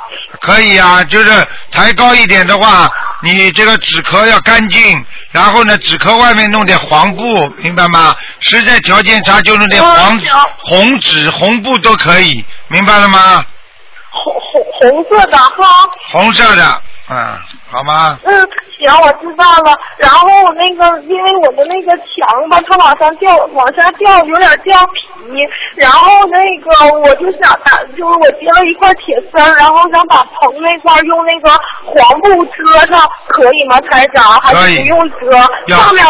Speaker 1: 可以啊，就是抬高一点的话，你这个纸壳要干净，然后呢，纸壳外面弄点黄布，明白吗？实在条件差就弄点
Speaker 8: 哦
Speaker 1: 黄红纸、红布都可以，明白了吗？
Speaker 8: 红红红色的哈。
Speaker 1: 红色的，嗯，好吗？
Speaker 8: 嗯，行，我知道了。然后我那个，因为我的那个墙吧，它往上掉，往下掉，有点掉皮。然后那个，我就想打，就是我接了一块铁丝儿，然后想把棚那块儿用那个黄布遮上，可以吗，台长？还
Speaker 1: 可
Speaker 8: 是
Speaker 1: 以
Speaker 8: 不用遮？上面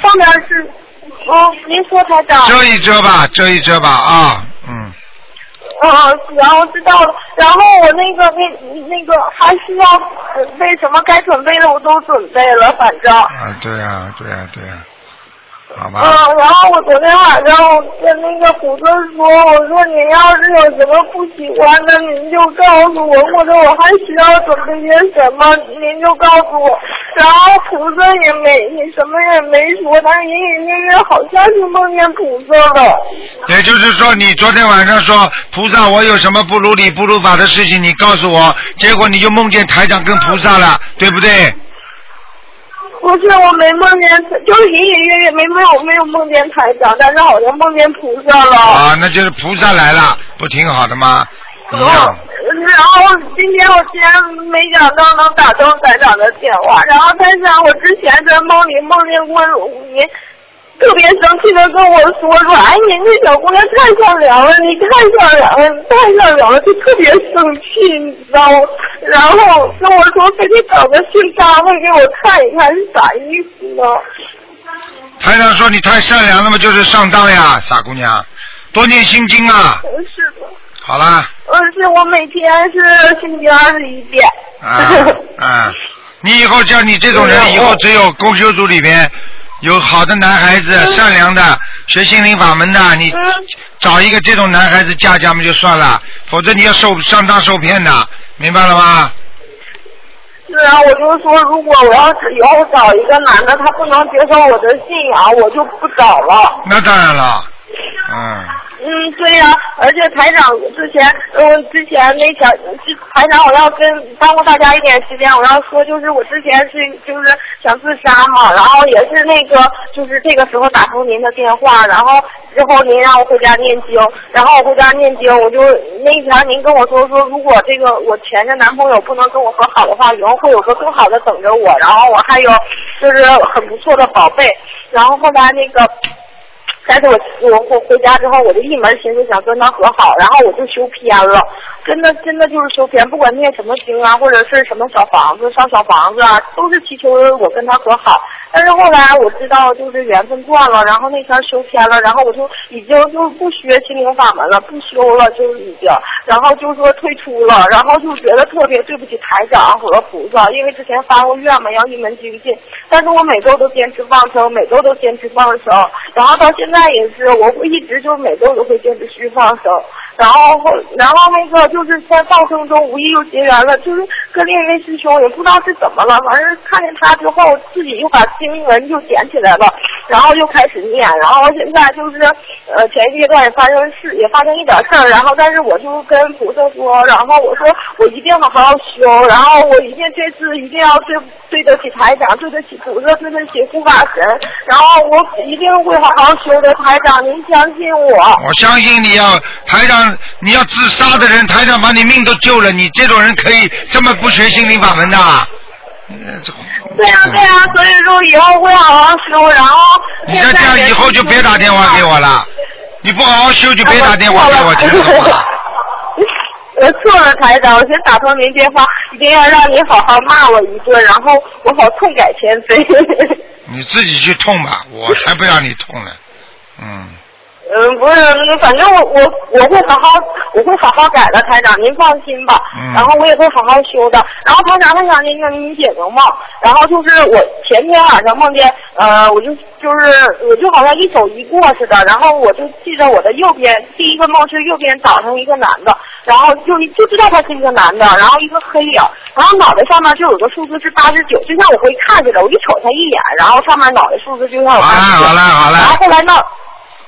Speaker 8: 上面是，嗯，您说，台长。
Speaker 1: 遮一遮吧，遮一遮吧啊，嗯，
Speaker 8: 啊，然后知道了。然后我那个那那个还需要呃那什么该准备的我都准备了，反正。
Speaker 1: 啊，对啊，对啊，对啊，好吧。
Speaker 8: 嗯，然后我昨天晚上我跟那个胡子说，我说您要是有什么不喜欢的，您就告诉我，或者我还需要准备些什么，您就告诉我。然后菩萨也没也什么也没说，但是隐隐约约好像是梦见菩萨了。
Speaker 1: 也就是说，你昨天晚上说菩萨，我有什么不如理不如法的事情，你告诉我，结果你就梦见台长跟菩萨了，对不对？
Speaker 8: 不是，我没梦见，就是隐隐约约没没有没有梦见台长，但是好像梦见菩萨了。
Speaker 1: 啊，那就是菩萨来了，不挺好的吗？
Speaker 8: 哦
Speaker 1: 一样。
Speaker 8: 然后今天我竟然没想到能打通台长的电话，然后台长，我之前在梦里梦见过您，特别生气的跟我说说，哎，您这小姑娘太善良了，你太善良了，你太善良了，就特别生气，你知道吗？然后跟我说非得找个姓张的给我看一看是啥意思呢？
Speaker 1: 台长说你太善良了嘛，就是上当呀，傻姑娘，多念心经啊。
Speaker 8: 是的，
Speaker 1: 好啦，
Speaker 8: 而且我每天是星期二十一点。
Speaker 1: 啊 啊，你以后像你这种人，以后只有公修组里边有好的男孩
Speaker 3: 嗯
Speaker 1: 子，善良的，学心灵法门的，你找一个这种男孩子嫁嫁嘛就算了，否则你要受上当受骗的，明白了吗？
Speaker 8: 是啊，我就说，如果我要是以后找一个男的，他不能接受我的信仰，我就不找了。
Speaker 1: 那当然了，嗯，
Speaker 3: 嗯，对呀、而且台长之前，嗯，之前那条，之台长，我要跟耽误大家一点时间，我要说，就是我之前是就是想自杀哈，然后也是那个，就是这个时候打通您的电话，然后之后您让我回家念经，然后我回家念经，我就那天您跟我说说，如果这个我前任男朋友不能跟我和好的话，以后会有个更好的等着我，然后我还有就是很不错的宝贝，然后后来那个。但是我我我回家之后，我就一门心思想跟他和好，然后我就修偏了，真的真的就是修偏，不管念什么经啊，或者是什么小房子烧小房子啊，都是祈求我跟他和好。但是后来我知道就是缘分断了，然后那天修偏了，然后我就已经就是不学心灵法门了，不修了就是已经，然后就说退出了，然后就觉得特别对不起台长和菩萨，因为之前发过愿嘛，要一门精进，但是我每周都坚持放生，每周都坚持放生，然后到现在也是，我会一直就是每周都会坚持去放生，然后后然后那个就是在放生中无意又结缘了，就是跟另一位师兄也不知道是怎么了，反正看见他之后，自己又把经文就捡起来了，然后又开始念，然后现在就是呃前一阶段也发生事也发生一点事儿，然后但是我就跟菩萨说，然后我说我一定好好修，然后我一定这次一定要对对得起台长，对得起菩萨，对得起护法神，然后我一定会好好修的，台长您相信我。
Speaker 1: 我相信你要台长，你要自杀的人，台长把你命都救了，你这种人可以这么不学心灵法门的啊？呃这
Speaker 3: 对呀、对呀、所以说以后会好好修，然后
Speaker 1: 你再这样以后就别打电话给我了，你不好好修就别打电话给我，听得懂吗？
Speaker 3: 我错了，台长，我先打通您电话，一定要让您好好骂我一顿，然后我好痛改前非。
Speaker 1: 你自己去痛吧，我才不让你痛呢。嗯，
Speaker 3: 嗯，不是，那反正我我我会好好，我会好好改的，台长，您放心吧。
Speaker 1: 嗯
Speaker 3: 然后我也会好好修的。然后台长，他想那个你解个梦，然后就是我前天晚上梦见，呃，我就就是我就好像一走一过似的，然后我就记着我的右边，第一个梦是右边长上一个男的，然后就就知道他是一个男的，然后一个黑影，然后脑袋上面就有个数字是八十九，就像我回看去了，我就瞅他一眼，然后上面脑袋数字就像有八十九。
Speaker 1: 啊好了好了
Speaker 3: 然后后来呢？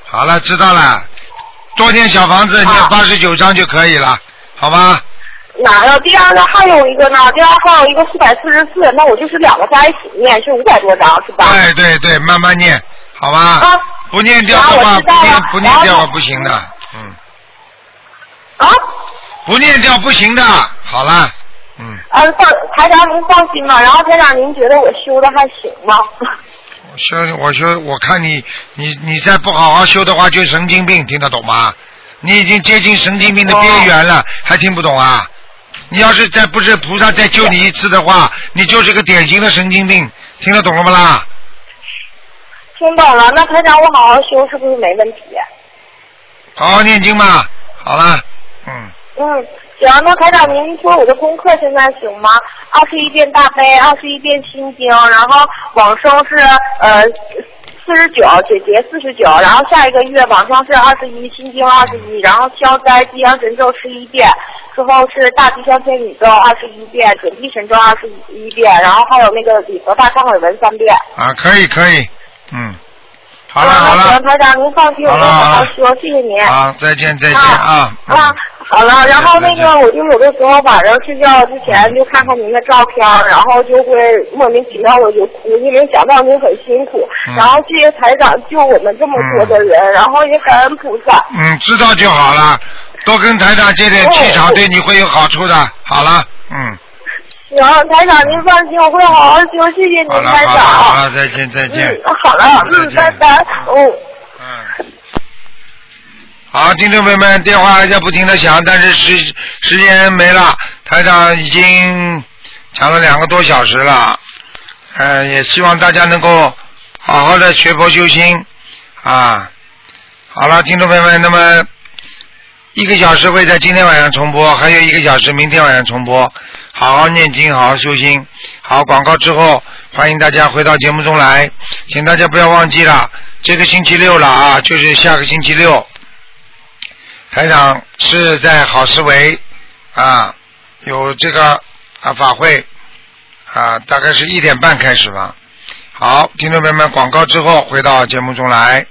Speaker 1: 好了，知道了。多念小房子，念八十九章就可以了，好吧？
Speaker 3: 哪有？第二个还有一个呢，第二个还有一个四百四十四，那我就是两个加一起念，是五百多张，是吧？
Speaker 1: 对对对，慢慢念，好吧？
Speaker 3: 啊
Speaker 1: 不念掉的
Speaker 3: 啊
Speaker 1: 话，
Speaker 3: 我知
Speaker 1: 不
Speaker 3: 道
Speaker 1: 念
Speaker 3: 了
Speaker 1: 不念掉
Speaker 3: 然
Speaker 1: 话
Speaker 3: 后
Speaker 1: 不行的，嗯。
Speaker 3: 啊？
Speaker 1: 不念掉不行的，好了，嗯，
Speaker 3: 啊，放台长您放心吧。然后台长您觉得我修的还行吗？
Speaker 1: 我修我修，我看你你你再不好好修的话，就神经病，听得懂吗？你已经接近神经病的边缘了，还听不懂啊？你要是再不是菩萨再救你一次的话，你就是个典型的神经病，听得懂了吗啦？
Speaker 3: 听懂了，那台长我好好修是不是没问题？
Speaker 1: 好好念经嘛，好了，嗯。
Speaker 3: 嗯，行，那台长您说我的功课现在行吗？二十一遍大悲，二十一遍心经，然后往生是呃四十九，解结四十九，然后下一个月往生是二十一，心经二十一，然后消灾吉祥神咒十一遍，之后是大吉祥天女咒二十一遍，准提神咒二十一遍，然后还有那个礼佛大忏悔文三遍。
Speaker 1: 啊，可以可以，嗯，好了
Speaker 3: 嗯
Speaker 1: 好
Speaker 3: 那
Speaker 1: 了
Speaker 3: 行，台长您放心，我
Speaker 1: 好
Speaker 3: 会
Speaker 1: 了
Speaker 3: 好
Speaker 1: 好
Speaker 3: 好
Speaker 1: 了
Speaker 3: 修，谢谢您。
Speaker 1: 好，再见再见啊，嗯
Speaker 3: 啊，好了，然后那
Speaker 1: 再见
Speaker 3: 个，我就有的时候晚上睡觉之前就看看您的照片，然后就会莫名其妙的就哭，因为想到您很辛苦，
Speaker 1: 嗯
Speaker 3: 然后谢谢台长救我们这么多的人，然后也感恩菩萨。
Speaker 1: 嗯，知道就好了，多跟台长借点气场，
Speaker 3: 哦
Speaker 1: 对你会有好处的。好了，嗯，
Speaker 3: 行，台长您放心，我会好好修，谢谢您
Speaker 1: 好了
Speaker 3: 台
Speaker 1: 好了好
Speaker 3: 长。啊
Speaker 1: 了，再见再见
Speaker 3: 嗯，，好了，
Speaker 1: 再
Speaker 3: 嗯，
Speaker 1: 见
Speaker 3: 拜拜，嗯。
Speaker 1: 嗯。好，听众朋友们，电话还在不停的响，但是时时间没了，台长已经讲了两个多小时了，呃，也希望大家能够好好的学佛修心啊。好了，听众朋友们，那么一个小时会在今天晚上重播，还有一个小时明天晚上重播。好好念经，好好修心。好，广告之后，欢迎大家回到节目中来，请大家不要忘记了，这个星期六了啊，就是下个星期六，台长是在好思维啊，有这个啊法会啊，大概是一点半开始吧。好，听众朋友们，广告之后回到节目中来。